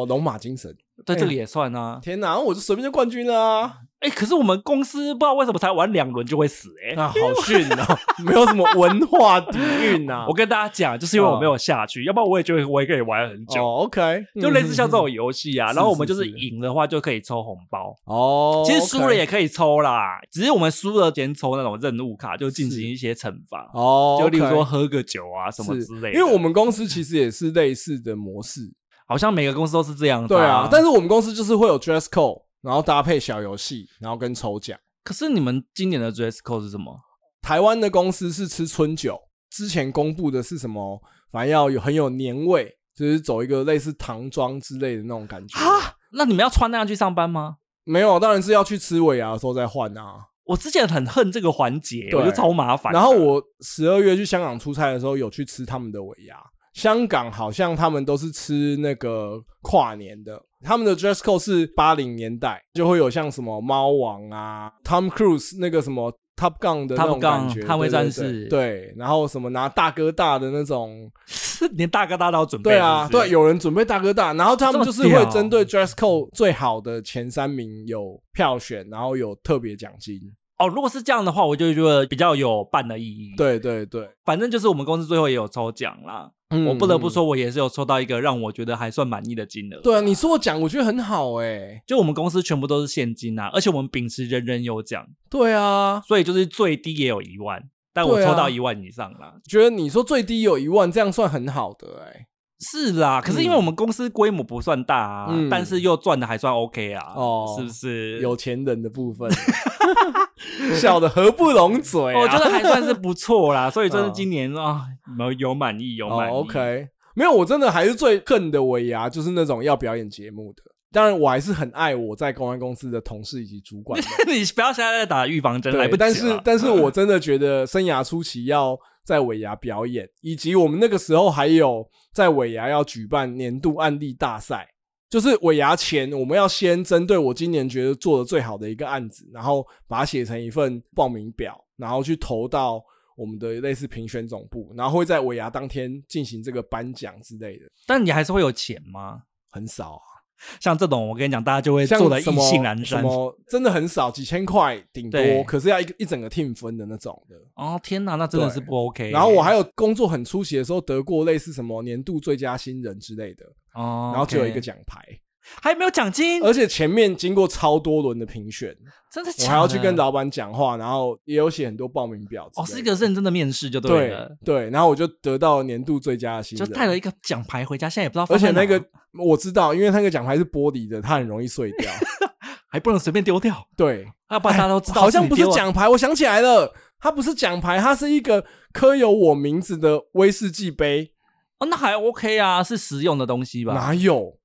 Speaker 2: 哦，龙马精神，
Speaker 1: 对，
Speaker 2: 哎
Speaker 1: 这个也算啊。
Speaker 2: 天哪，我就随便就冠军 了啊，
Speaker 1: 哎、可是我们公司不知道为什么才玩两轮就会死哎、
Speaker 2: 啊，好逊哦， 没有什么文化底蕴呐、啊，
Speaker 1: 我跟大家讲，就是因为我没有下去，要不然我也觉得我也可以玩很久。
Speaker 2: 哦，OK，
Speaker 1: 就类似像这
Speaker 2: 嗯
Speaker 1: 种游戏啊，
Speaker 2: 是
Speaker 1: 然后我们就是
Speaker 2: 是是
Speaker 1: 赢的话就可以抽红包，
Speaker 2: 哦，
Speaker 1: 其实输了
Speaker 2: OK
Speaker 1: 也可以抽啦，只是我们输了先抽那种任务卡，就进
Speaker 2: 是
Speaker 1: 行一些惩罚。
Speaker 2: 哦，
Speaker 1: 就例如
Speaker 2: OK
Speaker 1: 说喝个酒啊什么
Speaker 2: 是
Speaker 1: 之类的。嗯
Speaker 2: 因为我们公司其实也是类似的模式，
Speaker 1: 好像每个公司都是这样子、
Speaker 2: 对啊，但
Speaker 1: 是
Speaker 2: 是我们公司就是会有 dress code，然后搭配小游戏，然后跟抽奖。
Speaker 1: 可是你们今年的 dress code 是什么？
Speaker 2: 台湾的公司是吃春酒，之前公布的是什么？反正要有很有年味，就是走一个类似唐装之类的那种感觉。
Speaker 1: 啊？那你们要穿那样去上班吗？
Speaker 2: 没有，啊当然是要去吃尾牙的时候再换啊。
Speaker 1: 我之前很恨这个环节，
Speaker 2: 对
Speaker 1: 我觉得超麻烦的。
Speaker 2: 然后我十二月去香港出差的时候，有去吃他们的尾牙。香港好像他们都是吃那个跨年的，他们的 dress code 是八零年代，就会有像什么猫王啊、Tom Cruise 那个什么 Top Gun 的那种
Speaker 1: Top Gun，
Speaker 2: 感觉，
Speaker 1: 捍卫
Speaker 2: 对对
Speaker 1: 战
Speaker 2: 对
Speaker 1: 士
Speaker 2: 对，然后什么拿大哥大的那种，
Speaker 1: 连大哥大都要准备。
Speaker 2: 对啊，
Speaker 1: 是不是
Speaker 2: 对，。有人准备大哥大，然后他们就是
Speaker 1: 这么
Speaker 2: 会
Speaker 1: 屌
Speaker 2: 针对 dress code 最好的前三名有票选，然后有特别奖金，
Speaker 1: 哦，如果是这样的话，我就觉得比较有办的意义。，
Speaker 2: 对对对，
Speaker 1: 反正就是我们公司最后也有抽奖啦。
Speaker 2: 嗯
Speaker 1: 我不得
Speaker 2: 嗯
Speaker 1: 不说，我也是有抽到一个让我觉得还算满意的金额。
Speaker 2: 对啊，你说我讲，我觉得很好哎、
Speaker 1: 就我们公司全部都是现金啊，而且我们秉持人人有奖，
Speaker 2: 对啊，
Speaker 1: 所以就是最低也有一万，但我
Speaker 2: 对啊
Speaker 1: 抽到一万以上啦。
Speaker 2: 觉得你说最低有一万，这样算很好的哎、
Speaker 1: 是啦，可是因为我们公司规模不算大啊，
Speaker 2: 嗯
Speaker 1: 但是又赚的还算 OK 啊，
Speaker 2: 哦
Speaker 1: 是不是？
Speaker 2: 有，钱人的 部分，笑得合不拢嘴、啊。嗯
Speaker 1: 我觉得还算是不错 啦，所以真的今年啊，有有满意，有
Speaker 2: 哦
Speaker 1: 满意。
Speaker 2: ，OK，没有，我真的还是最恨的尾牙，就是那种要表演节目的。当然，我还是很爱我在公安公司的同事以及主管们。
Speaker 1: 你不要现在在打预防针，来
Speaker 2: 对，
Speaker 1: 不及了
Speaker 2: 但是但是我真的觉得生涯初期要在尾牙表演，以及我们那个时候还有在尾牙要举办年度案例大赛，就是尾牙前，我们要先针对我今年觉得做的最好的一个案子，然后把它写成一份报名表，然后去投到我们的类似评选总部，然后会在尾牙当天进行这个颁奖之类的，
Speaker 1: 但你还是会有钱吗？
Speaker 2: 很少啊。
Speaker 1: 像这种，我跟你讲，大家就会
Speaker 2: 像
Speaker 1: 做的意
Speaker 2: 什么
Speaker 1: 兴阑
Speaker 2: 什
Speaker 1: 珊。
Speaker 2: 么真的很少，几千块顶
Speaker 1: 对
Speaker 2: 多，可是要一个一整个 team 分的那种的。
Speaker 1: 哦，天哪，那真的是
Speaker 2: 对
Speaker 1: 不 OK。
Speaker 2: 然后我还有工作很出息的时候得过类似什么年度最佳新人之类的，
Speaker 1: 哦，
Speaker 2: 然后只有
Speaker 1: OK
Speaker 2: 一个，奖牌，
Speaker 1: 还没有奖金，
Speaker 2: 而且前面经过超多轮的评选，
Speaker 1: 真的假
Speaker 2: 我
Speaker 1: 的？
Speaker 2: 还要去跟老板讲话，然后也有写很多报名表之
Speaker 1: 哦，
Speaker 2: 类的。
Speaker 1: 是一个认真的面试就对
Speaker 2: 对
Speaker 1: 了，
Speaker 2: 对，然后我就得到年度最佳的新
Speaker 1: 就
Speaker 2: 人，
Speaker 1: 带了一个奖牌回家，现在也不知道
Speaker 2: 而
Speaker 1: 放
Speaker 2: 且
Speaker 1: 在哪，
Speaker 2: 那个我知道，因为那个奖牌是玻璃的，它很容易碎 掉。
Speaker 1: 还不能随便丢掉，
Speaker 2: 对，
Speaker 1: 要不然大家都知道。
Speaker 2: 哎好像不是
Speaker 1: 你丢了，
Speaker 2: 奖牌，我想起来了，它不是奖牌，它是一个刻有我名字的威士忌杯，
Speaker 1: 哦，那还 OK 啊，是实用的东西吧？
Speaker 2: 哪有？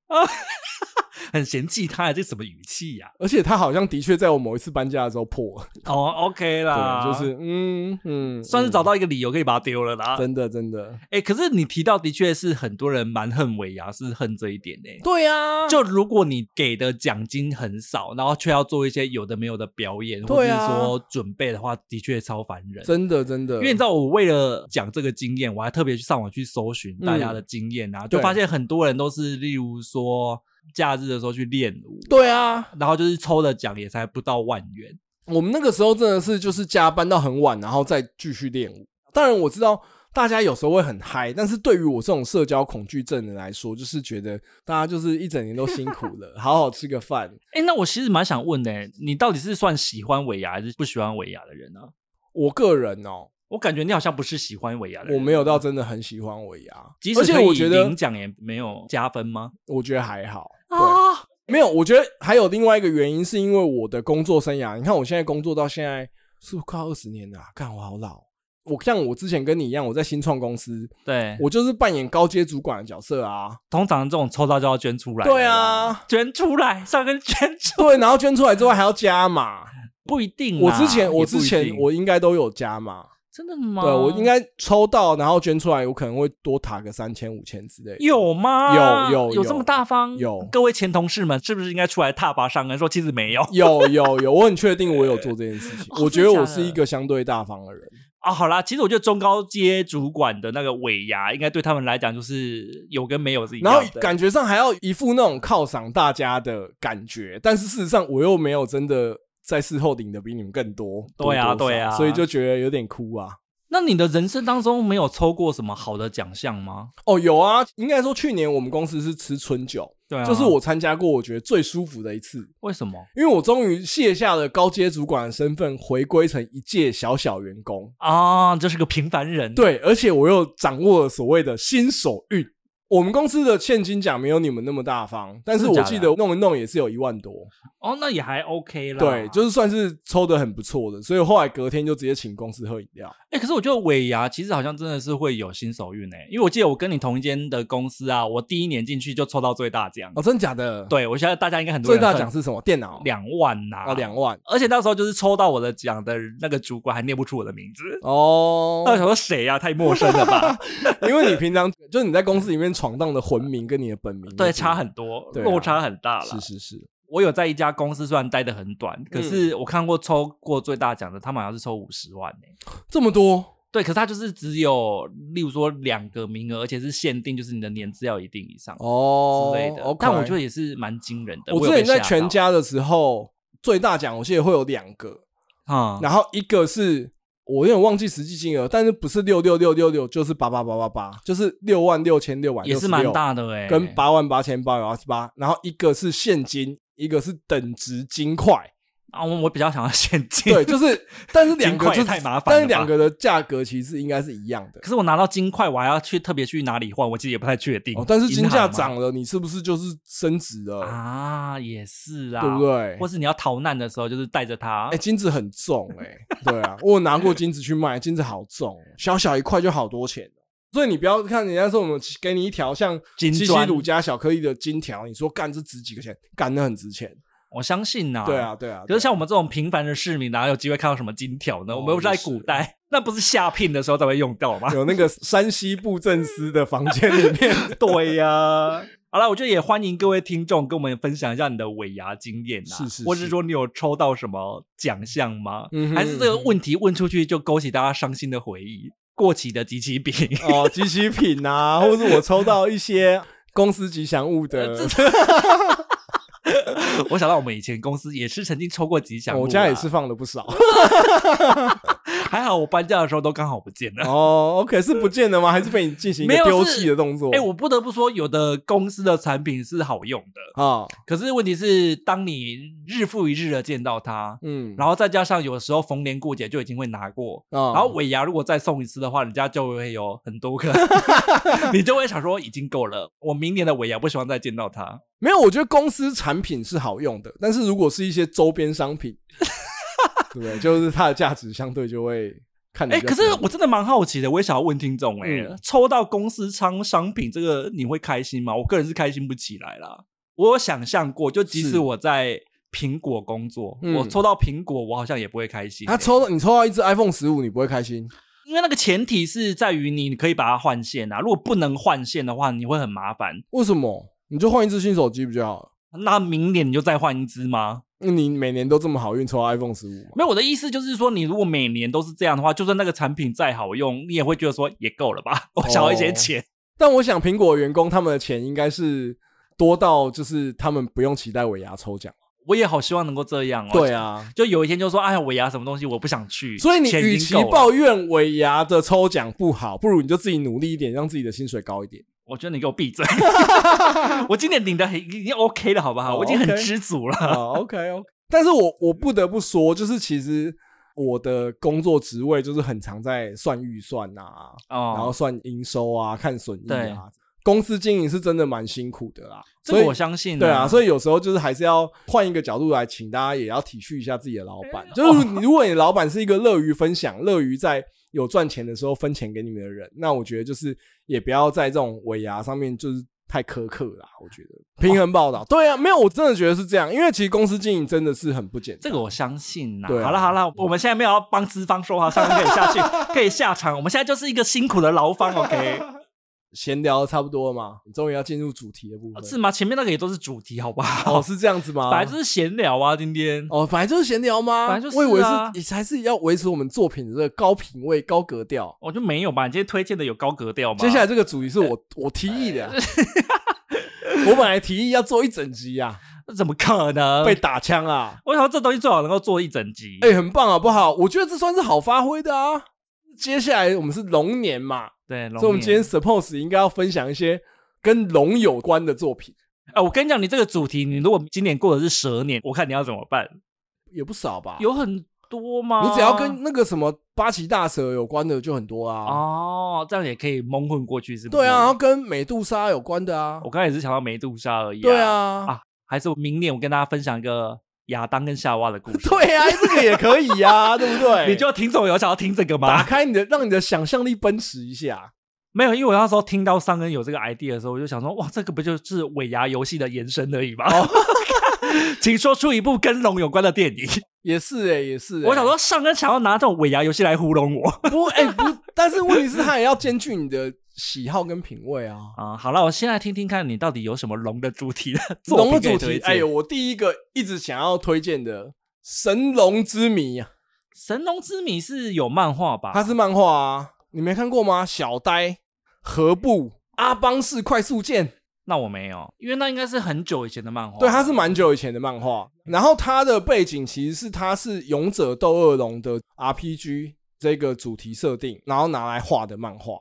Speaker 1: 很嫌弃他，这什么语气呀？
Speaker 2: 而且它好像的确在我某一次搬家的时候破了，
Speaker 1: 哦，OK 啦，
Speaker 2: 对，就是嗯嗯，
Speaker 1: 算是
Speaker 2: 嗯
Speaker 1: 找到一个理由可以把它丢了啦。
Speaker 2: 真的真的，
Speaker 1: 哎，可是你提到的确是很多人蛮恨尾牙，是恨这一点呢。
Speaker 2: 对啊呀、
Speaker 1: 就如果你给的奖金很少，然后却要做一些有的没有的表演，或者
Speaker 2: 对
Speaker 1: 是
Speaker 2: 啊
Speaker 1: 说准备的话，的确超烦人。
Speaker 2: 真的真的，
Speaker 1: 因为你知道，我为了讲这个经验，我还特别去上网去搜寻大家的经验啊，就
Speaker 2: 嗯对
Speaker 1: 发现很多人都是，例如说假日的时候去练舞，
Speaker 2: 对啊，
Speaker 1: 然后就是抽的奖也才不到万元，
Speaker 2: 我们那个时候真的是就是加班到很晚，然后再继续练舞。当然我知道大家有时候会很嗨，但是对于我这种社交恐惧症的人来说，就是觉得大家就是一整年都辛苦了，好好吃个饭。
Speaker 1: 哎，那我其实蛮想问的、欸你到底是算喜欢尾牙还是不喜欢尾牙的人呢、啊
Speaker 2: 我个 人哦，
Speaker 1: 我感觉你好像不是喜欢尾牙的人，
Speaker 2: 我没有到，真的很喜欢尾牙，
Speaker 1: 即
Speaker 2: 而
Speaker 1: 使
Speaker 2: 且
Speaker 1: 可以
Speaker 2: 我觉得
Speaker 1: 领奖也没有加分吗？
Speaker 2: 我觉得还好。对，
Speaker 1: 啊，
Speaker 2: 没有，我觉得还有另外一个原因，是因为我的工作生涯，你看我现在工作到现在是不是快二十年了、啊？看我好老。我像我之前跟你一样，我在新创公司，
Speaker 1: 对，
Speaker 2: 我就是扮演高阶主管的角色啊。
Speaker 1: 通常这种抽到就要捐出来，
Speaker 2: 对啊，
Speaker 1: 捐出来，上跟捐出，
Speaker 2: 对，然后捐出来之后还要加码。
Speaker 1: 不一定啦。
Speaker 2: 我之前，我
Speaker 1: 嗯也不一
Speaker 2: 之前
Speaker 1: 定哦
Speaker 2: 我应该都有加码，
Speaker 1: 真的吗？
Speaker 2: 对我应该抽到，然后捐出来，我可能会多打个三千、五千之类的。
Speaker 1: 有吗？
Speaker 2: 有有
Speaker 1: 有这么大方？
Speaker 2: 有
Speaker 1: 各位前同事们是不是应该出来踏伐上恩说其实没有 。
Speaker 2: 有有有，我很确定我有做这件事情
Speaker 1: 哦
Speaker 2: 我觉得
Speaker 1: 真的假
Speaker 2: 我
Speaker 1: 的
Speaker 2: 是一个相对大方的人。
Speaker 1: 啊？好啦，其实我觉得中高阶主管的那个尾牙，应该对他们来讲就是有跟没有是一样
Speaker 2: 然
Speaker 1: 的。
Speaker 2: 后感觉上还要一副那种犒赏大家的感觉，但是事实上我又没有真的在事后领的比你们更多。
Speaker 1: 对啊
Speaker 2: 多多少
Speaker 1: 对啊
Speaker 2: 所以就觉得有点哭啊。
Speaker 1: 那你的人生当中没有抽过什么好的奖项吗？
Speaker 2: 哦，有啊，应该说去年我们公司是吃春酒，
Speaker 1: 对啊，
Speaker 2: 就是我参加过我觉得最舒服的一次，
Speaker 1: 为什么
Speaker 2: 因为我终于卸下了高阶主管的身份，回归成一介小小员工。
Speaker 1: 啊？这是个平凡人，
Speaker 2: 对，而且我又掌握了所谓的新手运。我们公司的现金奖没有你们那么大方，但是
Speaker 1: 真的
Speaker 2: 我
Speaker 1: 假的
Speaker 2: 记得弄一弄也是有一万多，
Speaker 1: 哦，那也还 OK 啦。
Speaker 2: 对，就是算是抽的很不错的，所以后来隔天就直接请公司喝饮料。
Speaker 1: 哎、可是我觉得尾牙其实好像真的是会有新手运哎、因为我记得我跟你同一间的公司啊，我第一年进去就抽到最大奖，
Speaker 2: 哦，真的假的？，
Speaker 1: 对我现在大家应该很多
Speaker 2: 最
Speaker 1: 人
Speaker 2: 大
Speaker 1: 恨
Speaker 2: 奖是什么？电脑
Speaker 1: 两啊万呐、
Speaker 2: 哦，两万
Speaker 1: 而且那时候就是抽到我的奖的那个主管还念不出我的名字，
Speaker 2: 哦
Speaker 1: 那我。想说谁呀、太陌生了吧？
Speaker 2: 因为你平常就是你在公司里面闯荡的魂名跟你的本名
Speaker 1: 对，差很多，
Speaker 2: 对啊
Speaker 1: 落差很大了。
Speaker 2: 是嗯是是，
Speaker 1: 我有在一家公司，虽然待的很短，可是我看过抽过最大奖的，他们好像是抽五十万呢、欸
Speaker 2: 这么多
Speaker 1: 对，可是他就是只有，例如说两个名额，而且是限定，就是你的年资要一定以上。
Speaker 2: 哦
Speaker 1: 之类的。
Speaker 2: OK
Speaker 1: 但我觉得也是蛮惊人的。
Speaker 2: 我之
Speaker 1: 有被
Speaker 2: 前在
Speaker 1: 吓
Speaker 2: 全
Speaker 1: 到
Speaker 2: 家的时候，最大奖我记得会有两个，
Speaker 1: 啊，
Speaker 2: 然后一个是我有点忘记实际金额，但是不是六六六六六，就是八八八八八，就是六万六千六百，
Speaker 1: 也是蛮，大的哎、
Speaker 2: 跟八万八千八百八十八，然后一个是现金，一个是等值金块，
Speaker 1: 啊，我我比较想要 现金。
Speaker 2: 对， 就是，但是两
Speaker 1: 金
Speaker 2: 个
Speaker 1: 块也
Speaker 2: 就是
Speaker 1: 太麻烦了吧
Speaker 2: 但是两个的价格其实应该是一样的
Speaker 1: 可。是我拿到金块，我还要去特别去哪里换，我其实也不太确定。
Speaker 2: 哦，但是
Speaker 1: 银
Speaker 2: 金价
Speaker 1: 行吗
Speaker 2: 涨了，你是不是就是升值了？
Speaker 1: 啊，也是啊，
Speaker 2: 对不？对？
Speaker 1: 或是你要逃难的时候，就是带着它。
Speaker 2: 哎、金子很重哎、对啊，我有拿过金子去卖，金子好重哦，小小一块就好多钱哦。所以你不要看人家说我们给你一条像
Speaker 1: 金
Speaker 2: 七七
Speaker 1: 砖
Speaker 2: 乳加小颗粒的金条，你说干这值几个钱？干那很值钱。
Speaker 1: 我相信呐、
Speaker 2: 对啊，。对啊。
Speaker 1: 可是像我
Speaker 2: 们
Speaker 1: 们这种平凡的市民，哪有机会看到什么金条呢？
Speaker 2: 哦
Speaker 1: 我们又不是在
Speaker 2: 也是
Speaker 1: 古代，那不是下聘的时候 才会用到吗？
Speaker 2: 有那个山西布政司的房间里面，
Speaker 1: 对呀、好了，我觉得也欢迎各位听众跟我们分享一下你的尾牙经验啊，
Speaker 2: 是是
Speaker 1: 或者
Speaker 2: 是
Speaker 1: 说你有抽到什么奖项吗？
Speaker 2: 嗯哼
Speaker 1: 还是这个问题问出去就勾起大家伤心的回忆，过期的集齐饼。
Speaker 2: 哦，集齐品啊，或是我抽到一些公司呃吉祥 物的，
Speaker 1: 我想到我们以前公司也是曾经抽过吉祥物啊，
Speaker 2: 哦我家也是放了不 少。
Speaker 1: 还好我搬家的时候都刚好不见了。
Speaker 2: 哦，OK，是不见了吗？还是被你进行一
Speaker 1: 没
Speaker 2: 个
Speaker 1: 有
Speaker 2: 丢
Speaker 1: 是
Speaker 2: 弃的动作？
Speaker 1: 哎、我不得不说，有的公司的产品是好用的，
Speaker 2: 啊，
Speaker 1: 可是问题是，当你日复一日的见到它，
Speaker 2: 嗯，
Speaker 1: 然后再加上有时候逢年过节就已经会拿过，
Speaker 2: 啊，
Speaker 1: 然后尾牙如果再送一次的话，人家就会有很多 个，你就会想说已经够了，我明年的尾牙不希望再见到它。
Speaker 2: 没有，我觉得公司产品是好用的，但是如果是一些周边商 品，对不对？就是它的价值相对就会看得
Speaker 1: 哎、
Speaker 2: 比较
Speaker 1: 可
Speaker 2: 低。
Speaker 1: 是我真的蛮好奇的，我也想要问听众、哎、
Speaker 2: 嗯
Speaker 1: 抽到公司仓商品这个你会开心吗？我个人是开心不起来啦。我有想象过，就即
Speaker 2: 是
Speaker 1: 使我在苹果工作，
Speaker 2: 嗯啊
Speaker 1: 我抽到苹果，我好像也不会开心、
Speaker 2: 他
Speaker 1: 哎
Speaker 2: 抽到你抽到一只 iPhone 十五，你不会开心？
Speaker 1: 因为那个前提是在于你可以把它换线啊，如果不能换线的话，你会很麻烦。
Speaker 2: 为什么？你就换一只新手机不就好了？
Speaker 1: 那明年你就再换一只吗？
Speaker 2: 那你每年都这么好运抽到 iPhone 十五吗？
Speaker 1: 没有，我的意思就是说，你如果每年都是这样的话，就算那个产品再好用，你也会觉得说也够了吧？ 我想要一些钱，
Speaker 2: 但我想苹果员工他们的钱应该是多到就是他们不用期待尾牙抽奖。
Speaker 1: 我也好希望能够这样哦。
Speaker 2: 对，啊，
Speaker 1: 就有一天就说，哎呀，尾牙什么东西我不想去，
Speaker 2: 所以你
Speaker 1: 钱
Speaker 2: 与
Speaker 1: 已
Speaker 2: 其
Speaker 1: 经够了
Speaker 2: 抱怨尾牙的抽奖不好，不如你就自己努力一点，让自己的薪水高一点。
Speaker 1: 我觉得你给我闭嘴。 我今年领的很已经 OK 了，好不好？
Speaker 2: 哦
Speaker 1: 我已经很
Speaker 2: OK
Speaker 1: 知足了。
Speaker 2: 啊，OK OK。但是我我不得不说，就是其实我的工作职位就是很常在算预算啊，然后
Speaker 1: 哦，
Speaker 2: 算营收啊，看损益
Speaker 1: 对
Speaker 2: 啊。公司经营是真的蛮辛苦的啦，
Speaker 1: 这
Speaker 2: 所以
Speaker 1: 个我相信、
Speaker 2: 对啊，
Speaker 1: 以
Speaker 2: 所以有时候就是还是要换一个角度来，请大家也要体恤一下自己的老
Speaker 1: 嗯
Speaker 2: 板。就是你如果你老板是一个乐于分享、乐于在有赚钱的时候分钱给你们的人，那我觉得就是也不要在这种尾牙上面就是太苛刻啦。我觉得平衡报道，对啊，没有，我真的觉得是这样，因为其实公司经营真的是很不简单。
Speaker 1: 这个我相信呐、
Speaker 2: 对啊
Speaker 1: 好了好了，我们现在没有要帮资方说话，上面可以下去， 可以下场。我们现在就是一个辛苦的劳方，OK？
Speaker 2: 闲聊差不多嘛，你终于要进入主题的部
Speaker 1: 哦
Speaker 2: 分，
Speaker 1: 是吗？前面那个也都是主题，好不好？
Speaker 2: 哦，是这样子吗？
Speaker 1: 本来就是闲聊啊，今天。
Speaker 2: 哦，反正就是闲聊吗？
Speaker 1: 本来就是
Speaker 2: 我以为
Speaker 1: 啊
Speaker 2: 是还是要维持我们作品的这个高品位、高格调。
Speaker 1: 我哦就没有吧？你今天推荐的有高格调吗？
Speaker 2: 接下来这个主题是
Speaker 1: 哎
Speaker 2: 我我提议的啊、 我本来提议要做一整集啊，
Speaker 1: 怎么可能？
Speaker 2: 被打枪啊，
Speaker 1: 我想说这东西最好能够做一整集。
Speaker 2: 哎、很棒好不好？我觉得这算是好发挥的啊。接下来我们是龙年嘛，
Speaker 1: 对，龙
Speaker 2: 所以我们
Speaker 1: 年
Speaker 2: 今天 suppose 应该要分享一些跟龙有关的作品，
Speaker 1: 哎、我跟你讲，你这个主题，你如果今年过的是蛇年，我看你要怎么办？
Speaker 2: 也不少吧。
Speaker 1: 有啊很多吗？
Speaker 2: 你只要跟那个什么八岐大蛇有关的就很多啊。
Speaker 1: 哦，这样也可以蒙混过去，是不是？
Speaker 2: 对啊，然后，跟美杜莎有关的啊
Speaker 1: 我。刚才也是想到梅杜莎而已、
Speaker 2: 对
Speaker 1: 啊，
Speaker 2: 啊，
Speaker 1: 哦啊还是我明年我跟大家分享一个亚当跟夏娃的故事。
Speaker 2: 对啊，这个也可以呀、啊，对不 对？
Speaker 1: 你就听总有想要听这个
Speaker 2: 打
Speaker 1: 吗？
Speaker 2: 开你的，让你的想象力奔驰一下。
Speaker 1: 没有，因为我那时候听到上恩有这个 idea 的时候，我就想说，哇，这个不就是尾牙游戏的延伸而已吗？ 请说出一部跟龙有关的电影。
Speaker 2: 也是哎、也是欸、
Speaker 1: 我想说，上恩想要拿这种尾牙游戏来糊弄我
Speaker 2: 不哎、不，但是问题是，他也要兼具你的喜好跟品 味啊。
Speaker 1: 啊、好了，我先来听听看你到底有什么龙的主题的作
Speaker 2: 龙
Speaker 1: 品
Speaker 2: 的
Speaker 1: 可以
Speaker 2: 主
Speaker 1: 推
Speaker 2: 题，
Speaker 1: 荐
Speaker 2: 哎呦，我第一个一直想要推荐的《神龙之谜》啊，
Speaker 1: 神龙之谜》是有漫画吧？
Speaker 2: 它是漫画啊，你没看过吗？小呆、何布、阿邦式快速键，
Speaker 1: 那我没有，因为那应该是很久以前的漫画。
Speaker 2: 对，它是蛮久以前的漫画。然后它的背景其实是它是《勇者斗恶龙》的 RPG 这个主题设定，然后拿来画的漫画。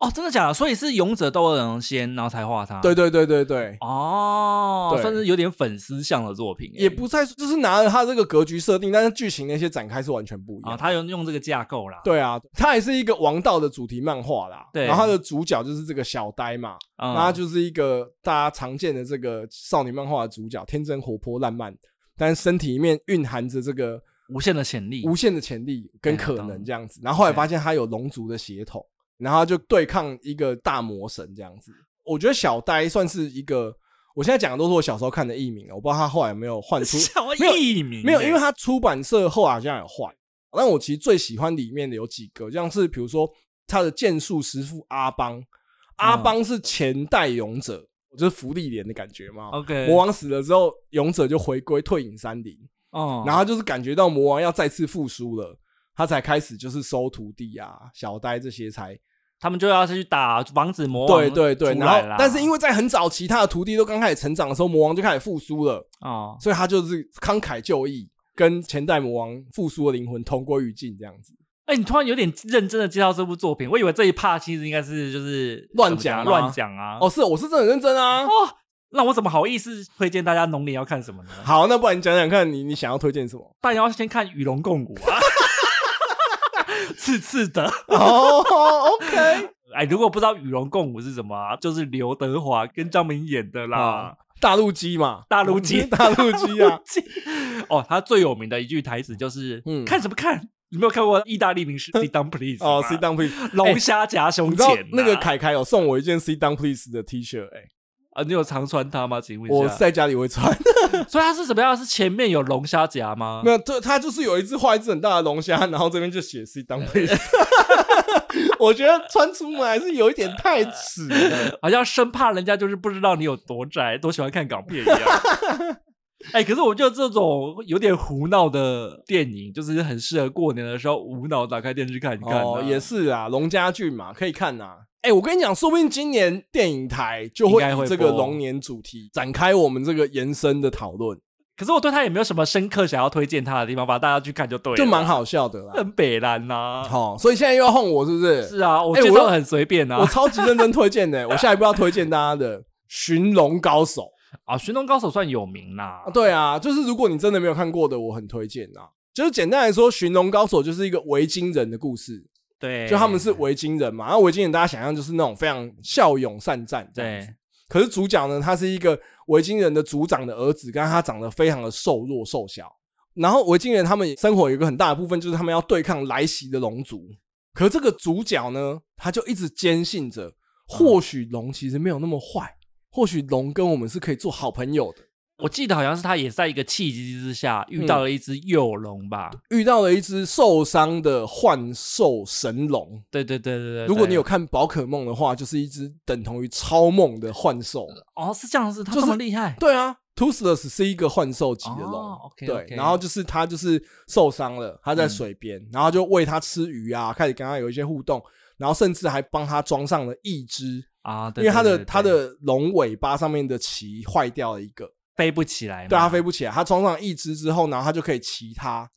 Speaker 1: 哦，真的假的？所以是《勇者斗恶龙》先，然后才画它。
Speaker 2: 对对对对对，
Speaker 1: 哦，
Speaker 2: 对
Speaker 1: 算是有点粉丝向的作品欸，
Speaker 2: 也不太就是拿了它这个格局设定，但是剧情那些展开是完全不一样
Speaker 1: 啊，。他有用这个架构啦。
Speaker 2: 对啊，它也是一个王道的主题漫画啦。
Speaker 1: 对
Speaker 2: 然后它的主角就是这个小呆嘛，
Speaker 1: 嗯，
Speaker 2: 然后他就是一个大家常见的这个少女漫画的主角，天真活泼烂漫，但身体里面蕴含着这个
Speaker 1: 无限的潜力。
Speaker 2: 无限的潜力跟
Speaker 1: 哎
Speaker 2: 可能
Speaker 1: 懂
Speaker 2: 这样子。然后后来发现他有龙族的血统，然后他就对抗一个大魔神这样子。我觉得小呆算是一个，我现在讲的都是我小时候看的译名了，我不知道他后来有没 有换出
Speaker 1: 什么
Speaker 2: 没有
Speaker 1: 艺名欸？
Speaker 2: 没有，因为它出版社后来好像有换。但我其实最喜欢里面的有几个，像是
Speaker 1: 啊
Speaker 2: 比如说他的剑术师傅阿邦，阿邦是前代勇者，我就是福利连的感觉嘛。
Speaker 1: OK，
Speaker 2: 魔王死了之后，勇者就回归退隐山林，
Speaker 1: 哦，
Speaker 2: 然后就是感觉到魔王要再次复苏了，他才开始就是收徒弟啊、小呆这些才
Speaker 1: 他们就要去打防止魔王
Speaker 2: 对对对。
Speaker 1: 出
Speaker 2: 然
Speaker 1: 来
Speaker 2: 后
Speaker 1: 啦，
Speaker 2: 但是因
Speaker 1: 为
Speaker 2: 为在很早期他的徒弟都刚开始成长的时候，魔王就开始复苏了，
Speaker 1: 哦，
Speaker 2: 所以他就是慷慨就义，跟前代魔王复苏的灵魂同归于尽这样子。
Speaker 1: 哎、你突然有点认真的介绍这部作品，我以为这一趴其实应该是就是
Speaker 2: 乱
Speaker 1: 怎么
Speaker 2: 讲啊
Speaker 1: 乱讲啊。
Speaker 2: 哦，是我是真的很认真啊。
Speaker 1: 哦，那我怎么好意思推荐大家龙年要看什么呢？
Speaker 2: 好，那不然你讲讲看你你想要推荐 什么？
Speaker 1: 大家要先看《与龙共舞》啊， 刺刺的。
Speaker 2: 哦，OK，
Speaker 1: 哎，如果不知道《与龙共舞》是什么、啊，就是刘德华跟张明演的啦。
Speaker 2: 大陆鸡嘛，
Speaker 1: 大陆鸡
Speaker 2: 大 陆鸡啊，
Speaker 1: 哦，他最有名的一句台词就是：“
Speaker 2: 嗯
Speaker 1: 看什么看？你没有看过意大利名 是 Sit down please
Speaker 2: 哦
Speaker 1: 吗
Speaker 2: ，C down please，
Speaker 1: 龙虾夹胸
Speaker 2: 你知道
Speaker 1: 前、
Speaker 2: 那个凯凯有送我一件 C down please 的 T 恤，哎，
Speaker 1: 啊，你有常穿它吗？请问一
Speaker 2: 我
Speaker 1: 下，啊
Speaker 2: 在家里会穿。
Speaker 1: 所以它是什么样？是前面有龙虾夹吗
Speaker 2: 没？有，这它就是有一只画一只很大的龙虾，然后这边就写 C down please。我觉得穿出门还是有一点太耻了。
Speaker 1: 好像生怕人家就是不知道你有多宅，多喜欢看港片一样。 哎、可是我觉得这种有点胡闹的电影，就是很适合过年的时候无脑打开电视看一看、啊
Speaker 2: 哦，也是啊，龙家俊嘛，可以看呐、哎、我跟你讲，说不定今年电影台就会
Speaker 1: 应该会
Speaker 2: 以这个
Speaker 1: 播
Speaker 2: 龙年主题展开我们这个延伸的讨论，
Speaker 1: 可是我对他也没有什么深刻想要推荐他的地方，把大家去看就对了，
Speaker 2: 就蛮，好笑的啦。
Speaker 1: 很北蓝 呐、
Speaker 2: 好、所以现在又要哄我是不啊是？
Speaker 1: 是啊，我
Speaker 2: 哎
Speaker 1: 介
Speaker 2: 我
Speaker 1: 绍的很随便啊。
Speaker 2: 我超级认真推荐 的、我下一步要推荐大家的《寻龙高手》
Speaker 1: 啊，《寻龙高手》算有名啦
Speaker 2: 啊。，对啊，就是如果你真的没有看过的，我很推荐啊。就是简单来说，《寻龙高手》就是一个维京人的故事，
Speaker 1: 对，
Speaker 2: 就他们是维京人嘛。然后维京人大家想象就是那种非常骁勇善战这样子
Speaker 1: 对。
Speaker 2: 可是主角呢，他是一个维京人的族长的儿子，但他长得非常的瘦弱瘦小。然后维京人他们生活有一个很大的部分就是他们要对抗来袭的龙族，可这个主角呢，他就一直坚信着，或许龙其实没有那么坏，或许龙跟我们是可以做好朋友的。
Speaker 1: 我记得好像是他也在一个契机之下
Speaker 2: 嗯
Speaker 1: 遇到了一只幼龙吧？
Speaker 2: 遇到了一只受伤的幻兽神龙，
Speaker 1: 对对对对对。
Speaker 2: 如果
Speaker 1: 对
Speaker 2: 你有看宝可梦的话，就是一只等同于超梦的幻兽。
Speaker 1: 哦，是这样子，他
Speaker 2: 就
Speaker 1: 这
Speaker 2: 是
Speaker 1: 么厉害，
Speaker 2: 对啊，Toothless 是一个幻兽级的龙、
Speaker 1: 哦，OK，
Speaker 2: 对
Speaker 1: OK 嗯
Speaker 2: 然后就是他就是受伤了，他在水边，然后就喂他吃鱼啊，开始跟他有一些互动，然后甚至还帮他装上了义肢，
Speaker 1: 啊，对
Speaker 2: 因为他
Speaker 1: 对
Speaker 2: 的
Speaker 1: 对
Speaker 2: 他
Speaker 1: 对
Speaker 2: 的龙尾巴上面的鳍坏掉了一个，
Speaker 1: 飞不起来嘛，
Speaker 2: 对他飞不起来，他装上义肢之后，然后他就可以骑它。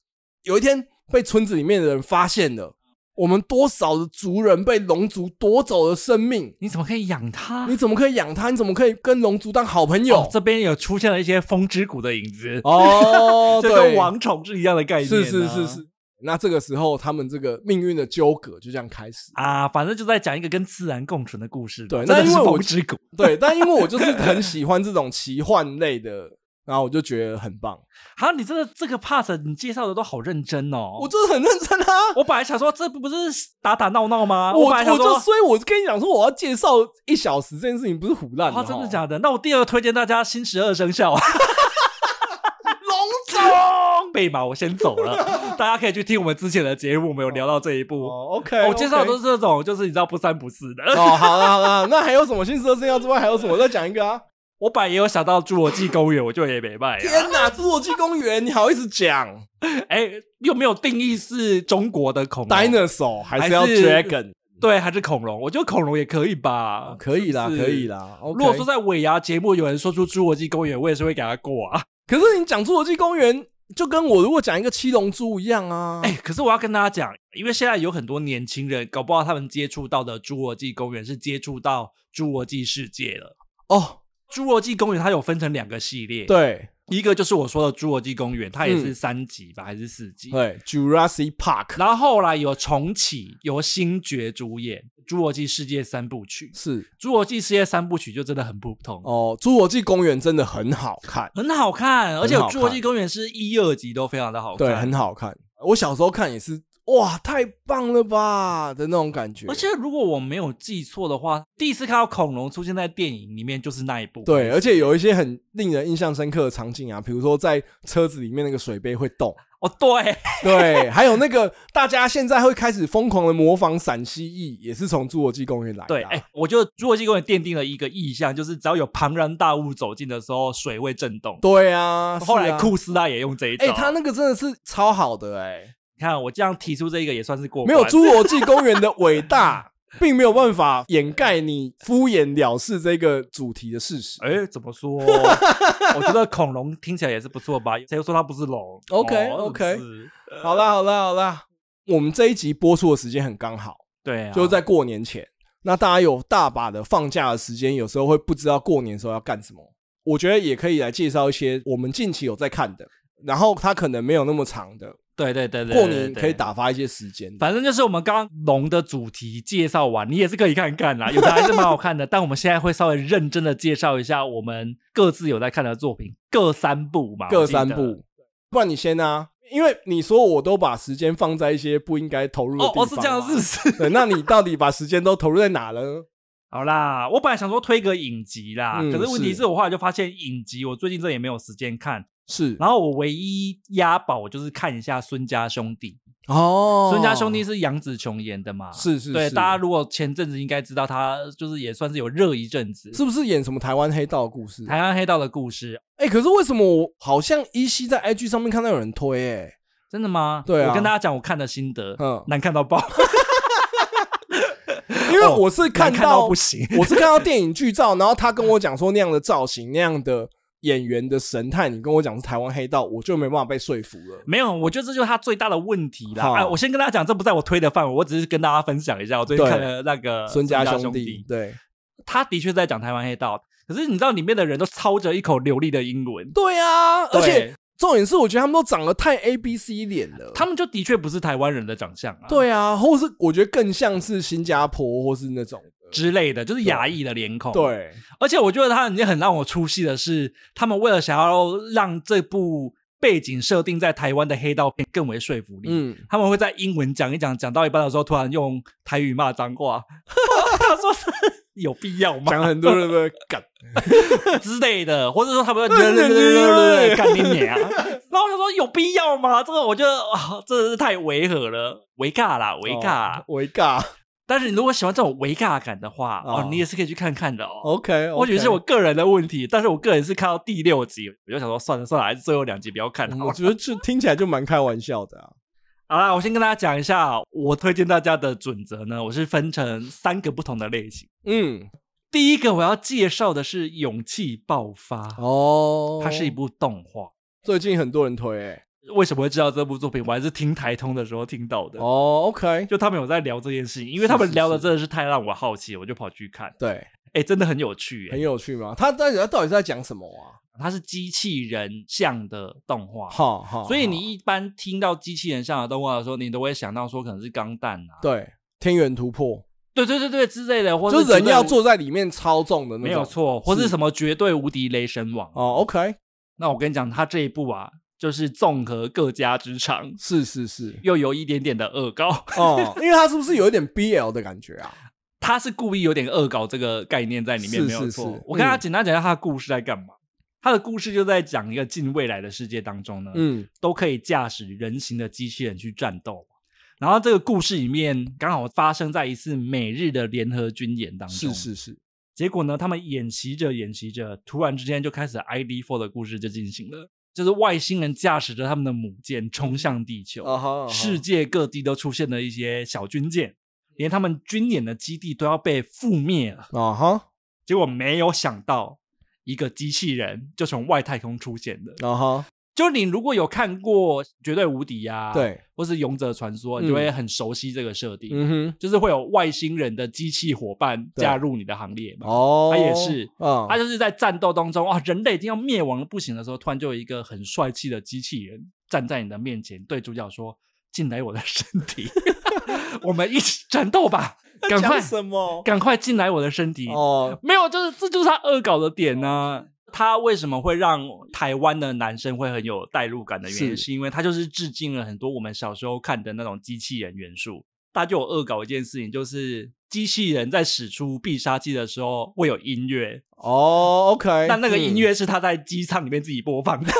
Speaker 2: 有一天被村子里面的人发现了，我们多少的族人被龙族夺走了生命，
Speaker 1: 你怎么可以养它？
Speaker 2: 你怎么可以养它？你怎么可以跟龙族当好朋友？
Speaker 1: 啊哦这边有出现了一些风之谷的影子，
Speaker 2: 哦
Speaker 1: 这
Speaker 2: 对
Speaker 1: 跟王宠是一样的概念、啊
Speaker 2: 是是是。是。那这个时候，他们这个命运的纠葛就这样开始。
Speaker 1: 啊，反正就在讲一个跟自然共存的故事。
Speaker 2: 对
Speaker 1: 真的
Speaker 2: 那因
Speaker 1: 是
Speaker 2: 为我
Speaker 1: 风之谷，
Speaker 2: 对，但因为我就是很喜欢这种奇幻类的，然后我就觉得很棒。
Speaker 1: 啊，你真的这个 part 你介绍的都好认真哦。
Speaker 2: 我就是很认真啊，
Speaker 1: 我本来想说这不是打打闹闹吗？
Speaker 2: 我
Speaker 1: 啊本来想
Speaker 2: 我就
Speaker 1: 说
Speaker 2: 所以，我跟你讲说，我要介绍一小时这件事情不是胡乱的
Speaker 1: 啊，
Speaker 2: 哦，
Speaker 1: 真的假的？那我第二个推荐大家《新十二生肖》啊，
Speaker 2: 龙
Speaker 1: 被骂我先走了，大家可以去听我们之前的节目，我们有聊到这一
Speaker 2: 种
Speaker 1: 步。
Speaker 2: 哦 ，OK，
Speaker 1: 我介绍的都
Speaker 2: 是
Speaker 1: 是这种，就是你知道不三不四的。
Speaker 2: 哦，好了好了，那还有什么新蛇生肖之外，还有什么？再讲一个 啊！
Speaker 1: 我本来也有想到侏罗纪公园，我就也没卖啊。
Speaker 2: 天哪，侏罗纪公园，你好意 思讲
Speaker 1: 哎，又没有定义是中国的恐龙
Speaker 2: ？Dinosaur 还
Speaker 1: 还
Speaker 2: 是要
Speaker 1: 是
Speaker 2: Dragon？
Speaker 1: 对还是恐龙？我觉得恐龙也可以吧，
Speaker 2: 哦可以啦，
Speaker 1: 是不是
Speaker 2: 可以。啦。如
Speaker 1: 如果说在尾牙节目有人说出侏罗纪公园，我也是会给他过啊。
Speaker 2: 可是你讲侏罗纪公园，就跟我如果讲一个七龙珠一样啊。
Speaker 1: 哎，可是我要跟大家讲，因为现在有很多年轻人，搞不好他们接触到的侏罗纪公园是接触到侏罗纪世界了。
Speaker 2: 哦，
Speaker 1: 侏罗纪公园它有分成两个系列，，
Speaker 2: 对嗯
Speaker 1: 一个就是我说的侏罗纪公园，它也是三级吧，还是四级？
Speaker 2: 对，Jurassic Park
Speaker 1: 然后后来有重启，由星爵主演《侏罗纪世界》三部曲，
Speaker 2: 是
Speaker 1: 《侏罗纪世界》三部曲就真的很普通，
Speaker 2: 哦，侏罗纪公园真的很好看，
Speaker 1: 很好看，而且
Speaker 2: 很好
Speaker 1: 《侏
Speaker 2: 看
Speaker 1: 罗纪公园》是一、二集都非常的好看，
Speaker 2: 对，很好看。我小时候看也是，哇，太棒了吧的那种感觉。
Speaker 1: 而且如果我没有记错的话，第一次看到恐龙出现在电影里面就是那一部，
Speaker 2: 对，而且有一些很令人印象深刻的场景啊，比如说在车子里面那个水杯会动，
Speaker 1: 哦，对，
Speaker 2: 对，还有那个大家现在会开始疯狂的模仿陕西裔，也是从侏罗纪公园来的、
Speaker 1: 对，
Speaker 2: 啊。
Speaker 1: 哎、我觉得侏罗纪公园奠定了一个意象，就是只要有庞然大物走近的时候，水会震动。
Speaker 2: 对啊，
Speaker 1: 后
Speaker 2: 是
Speaker 1: 来
Speaker 2: 啊，
Speaker 1: 库斯拉也用这一招。
Speaker 2: 哎、他那个真的是超好的哎、
Speaker 1: 你看我这样提出这个也算是过
Speaker 2: 没有
Speaker 1: 关
Speaker 2: 侏罗纪公园的伟大， 并没有办法掩盖你敷衍了事这个主题的事实。
Speaker 1: 哎、怎么说？我觉得恐龙听起来也是不错吧？谁说它不是龙
Speaker 2: OK，
Speaker 1: 哦是
Speaker 2: OK
Speaker 1: 不是
Speaker 2: 好啦，好啦，好啦，我们这一集播出的时间很刚好，
Speaker 1: 对啊，
Speaker 2: 就是在过年前。那大家有大把的放假的时间，有时候会不知道过年的时候要干什么。我觉得也可以来介绍一些我们近期有在看的，然后它可能没有那么长的，
Speaker 1: 对对对对，
Speaker 2: 过
Speaker 1: 对
Speaker 2: 年可
Speaker 1: 对
Speaker 2: 以。打发一些时间。
Speaker 1: 反正就是我们刚刚龙的主题介绍完，你也是可以看看啦，有的还是蛮好看的。但我们现在会稍微认真的介绍一下我们各自有在看的作品，各三部嘛，
Speaker 2: 各
Speaker 1: 我记得
Speaker 2: 三部，不然你先啊，因为你说我都把时间放在一些不应该投入的
Speaker 1: 哦
Speaker 2: 地，方啊
Speaker 1: 哦是
Speaker 2: 嘛，
Speaker 1: 这样，是不是？
Speaker 2: 对，那你到底把时间都投入在哪了？
Speaker 1: 好啦，我本来想说推个影集啦，
Speaker 2: 嗯
Speaker 1: 可是问题
Speaker 2: 是
Speaker 1: 是我后来就发现影集我最近这也没有时间看，
Speaker 2: 是
Speaker 1: 然后我唯一押宝就是看一下《孙家兄弟》
Speaker 2: 哦
Speaker 1: 孙家兄弟是杨紫琼演的嘛？
Speaker 2: 是是
Speaker 1: 对，
Speaker 2: 是
Speaker 1: 大家如果前阵子应该知道，他就是也算是有热一阵子，
Speaker 2: 是不是演什么台湾黑道的故事？
Speaker 1: 台湾黑道的故事。
Speaker 2: 哎、可是为什么我好像依稀在 IG 上面看到有人推、哎，
Speaker 1: 真的吗？
Speaker 2: 对啊
Speaker 1: 我跟大家讲我看的心得，
Speaker 2: 嗯
Speaker 1: 难看到爆，
Speaker 2: 因为我是
Speaker 1: 哦难
Speaker 2: 看
Speaker 1: 看到不行。
Speaker 2: 我是看到电影剧照，然后他跟我讲说那样的造型、那样的演员的神态，你跟我讲是台湾黑道，我就没办法被说服了。
Speaker 1: 没有，我觉得这就是他最大的问题啦。
Speaker 2: 好
Speaker 1: 啊，我先跟大家讲，这不在我推的范围，我只是跟大家分享一下我最近
Speaker 2: 对
Speaker 1: 看的那个
Speaker 2: 孙
Speaker 1: 呃家
Speaker 2: 家
Speaker 1: 兄
Speaker 2: 弟，对
Speaker 1: 他的确在讲台湾黑道，可是你知道里面的人都操着一口流利的英文，
Speaker 2: 对啊，而且
Speaker 1: 对
Speaker 2: 重点是，我觉得他们都长得太 A B C 脸了。
Speaker 1: 他们就的确不是台湾人的长相啊，
Speaker 2: 对啊，或是我觉得更像是新加坡或是那种的
Speaker 1: 之类的，就是亚裔的脸孔。，
Speaker 2: 对，
Speaker 1: 而且我觉得他已经很让我出戏的是，他们为了想要让这部背景设定在台湾的黑道片更为说服力，
Speaker 2: 嗯，
Speaker 1: 他们会在英文讲一讲，讲到一半的时候，突然用台语骂脏 话，他说 是有必要吗？
Speaker 2: 讲很多人 的感，
Speaker 1: 之类的，或者说他们会干你娘！然后我想说有必要吗？这个我觉得啊，真的是太违和了，违尬啦，违尬。
Speaker 2: 哦维尬
Speaker 1: 但是你如果喜欢这种违尬感的话，哦
Speaker 2: 哦
Speaker 1: 你也是可以去看看的哦。
Speaker 2: ，OK，
Speaker 1: 我觉得是我个人的问题，但是我个人是看到第六集，我就想说算了算了，还是最后两集不要看好
Speaker 2: 嗯
Speaker 1: 了。
Speaker 2: 我觉得这听起来就蛮开玩笑的啊。
Speaker 1: 好啦，我先跟大家讲一下，我推荐大家的准则呢，我是分成三个不同的类型。
Speaker 2: 嗯，
Speaker 1: 第一个我要介绍的是《勇气爆发》，
Speaker 2: 哦，
Speaker 1: 它是一部动画。
Speaker 2: 最近很多人推欸，
Speaker 1: 为什么会知道这部作品？我还是听台通的时候听到的。
Speaker 2: 哦，OK，
Speaker 1: 就他们有在聊这件事情，因为他们聊的真的是太让我好奇，我就跑去 看。
Speaker 2: 对，
Speaker 1: 哎、真的很有趣、
Speaker 2: 很
Speaker 1: 欸，
Speaker 2: 有趣嘛。他到底他到底是在讲什么啊？
Speaker 1: 它是机器人像的动画，
Speaker 2: 哈哈，
Speaker 1: 所以
Speaker 2: 哈
Speaker 1: 你一般听到机器人像的动画的时候，你都会想到说可能是钢弹啊，
Speaker 2: 对天元突破，
Speaker 1: 对对对对之类的，或
Speaker 2: 就是人
Speaker 1: 绝对
Speaker 2: 要坐在里面操纵的那种，
Speaker 1: 没有错，或是什么绝对无敌雷神王。
Speaker 2: 哦，OK，
Speaker 1: 那我跟你讲，他这一部啊，就是综合各家之长，
Speaker 2: 是是是，
Speaker 1: 又有一点点的恶搞。
Speaker 2: 哦，因为他是不是有一点 BL 的感觉啊？
Speaker 1: 他是故意有点恶搞这个概念在里面，
Speaker 2: 是
Speaker 1: 没有
Speaker 2: 是
Speaker 1: 错。
Speaker 2: 是
Speaker 1: 我跟他
Speaker 2: 嗯
Speaker 1: 简单讲一下他的故事在干嘛。他的故事就在讲一个近未来的世界当中呢，
Speaker 2: 嗯，
Speaker 1: 都可以驾驶人形的机器人去战斗。然后这个故事里面刚好发生在一次美日的联合军演当中，
Speaker 2: 是。是是，
Speaker 1: 结果呢，他们演习着演习着，突然之间就开始 ID Four 的故事就进行了，就是外星人驾驶着他们的母舰冲向地球。
Speaker 2: 啊哈，啊哈
Speaker 1: 世界各地都出现了一些小军舰，连他们军演的基地都要被覆灭了。
Speaker 2: 啊哈，
Speaker 1: 结果没有想到，一个机器人就从外太空出现了。
Speaker 2: 啊哈，
Speaker 1: 就是你如果有看过《绝对无敌》啊，，
Speaker 2: 对，
Speaker 1: 或是《勇者传说》，你就会很熟悉这个设定，
Speaker 2: 嗯
Speaker 1: 就是会有外星人的机器伙伴
Speaker 2: 对
Speaker 1: 加入你的行列
Speaker 2: 哼，
Speaker 1: 嘛。
Speaker 2: 哦，
Speaker 1: 他也是
Speaker 2: 嗯，
Speaker 1: 他就是在战斗当中啊，人类已经要灭亡了不行的时候，突然就有一个很帅气的机器人站在你的面前，对主角说：“进来我的身 体， 我们一起战斗吧，赶快
Speaker 2: 讲什么？
Speaker 1: 赶快进来我的身体。”
Speaker 2: 哦，
Speaker 1: 没有，就是这就是他恶搞的点呢、他为什么会让台湾的男生会很有代入感的原因，
Speaker 2: 是
Speaker 1: 是因为他就是致敬了很多我们小时候看的那种机器人元素。他就有恶搞一件事情，就是机器人在使出必杀技的时候会有音乐，
Speaker 2: 哦，OK，
Speaker 1: 但那个
Speaker 2: 嗯
Speaker 1: 音乐是他在机舱里面自己播放的，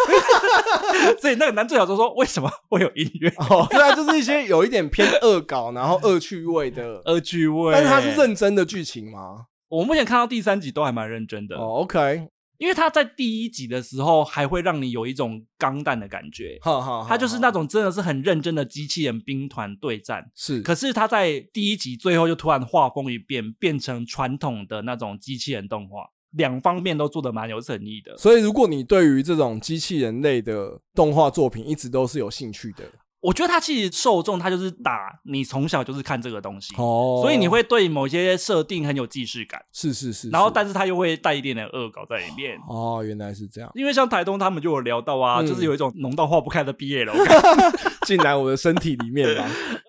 Speaker 1: 所以那个男主角就说：“为什么会有音乐？
Speaker 2: 哦，对啊，就是一些有一点偏恶搞，然后恶趣味的。
Speaker 1: 恶趣味。”
Speaker 2: 但是它是，认真的剧情吗？
Speaker 1: 我目前看到第三集都还蛮认真的，
Speaker 2: 哦，OK，
Speaker 1: 因为他在第一集的时候还会让你有一种钢弹的感觉，
Speaker 2: 好好，
Speaker 1: 他就是那种真的是很认真的机器人兵团对战。
Speaker 2: 是，
Speaker 1: 可是他在第一集最后就突然画风一变，变成传统的那种机器人动画，两方面都做的蛮有诚意的。
Speaker 2: 所以，如果你对于这种机器人类的动画作品一直都是有兴趣的，
Speaker 1: 我觉得他其实受众他就是打你从小就是看这个东西，
Speaker 2: 哦，
Speaker 1: 所以你会对某些设定很有既视感，
Speaker 2: 是是是，
Speaker 1: 然后
Speaker 2: 是
Speaker 1: 但是他又会带一点点恶搞在里面。
Speaker 2: 哦，原来是这样，
Speaker 1: 因为像台东他们就有聊到啊，
Speaker 2: 嗯
Speaker 1: 就是有一种浓到化不开的毕业楼 感。
Speaker 2: 进来我的身体里面 吧。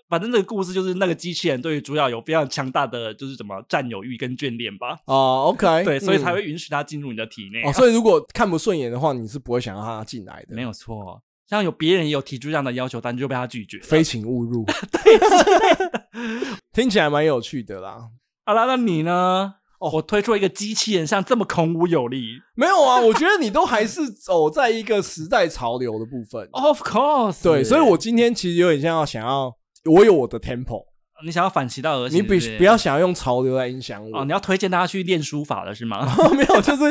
Speaker 1: 反正这个故事就是那个机器人对于主角有非常强大的就是什么占有欲跟眷恋吧，
Speaker 2: 哦，OK，
Speaker 1: 对，所以才
Speaker 2: 嗯
Speaker 1: 会允许他进入你的体内啊、
Speaker 2: 哦，所以如果看不顺眼的话，你是不会想让他进来的，
Speaker 1: 没有错。像有别人也有提出这样的要求，但就被他拒绝了。
Speaker 2: 非请勿 入，听起来蛮有趣的啦。
Speaker 1: 好啦，那你呢？
Speaker 2: 哦
Speaker 1: 我推出一个机器人像这么孔武有力
Speaker 2: 没有啊，我觉得你都还是走在一个时代潮流的部分，
Speaker 1: ，Of course。
Speaker 2: 对，所以我今天其实有点像要想要，我有我的 tempo，
Speaker 1: 你想要反其道而行，是
Speaker 2: 你不
Speaker 1: 不是
Speaker 2: 不要想要用潮流来影响我
Speaker 1: 哦，你，要推荐大家去练书法了是 吗？
Speaker 2: 没有，就是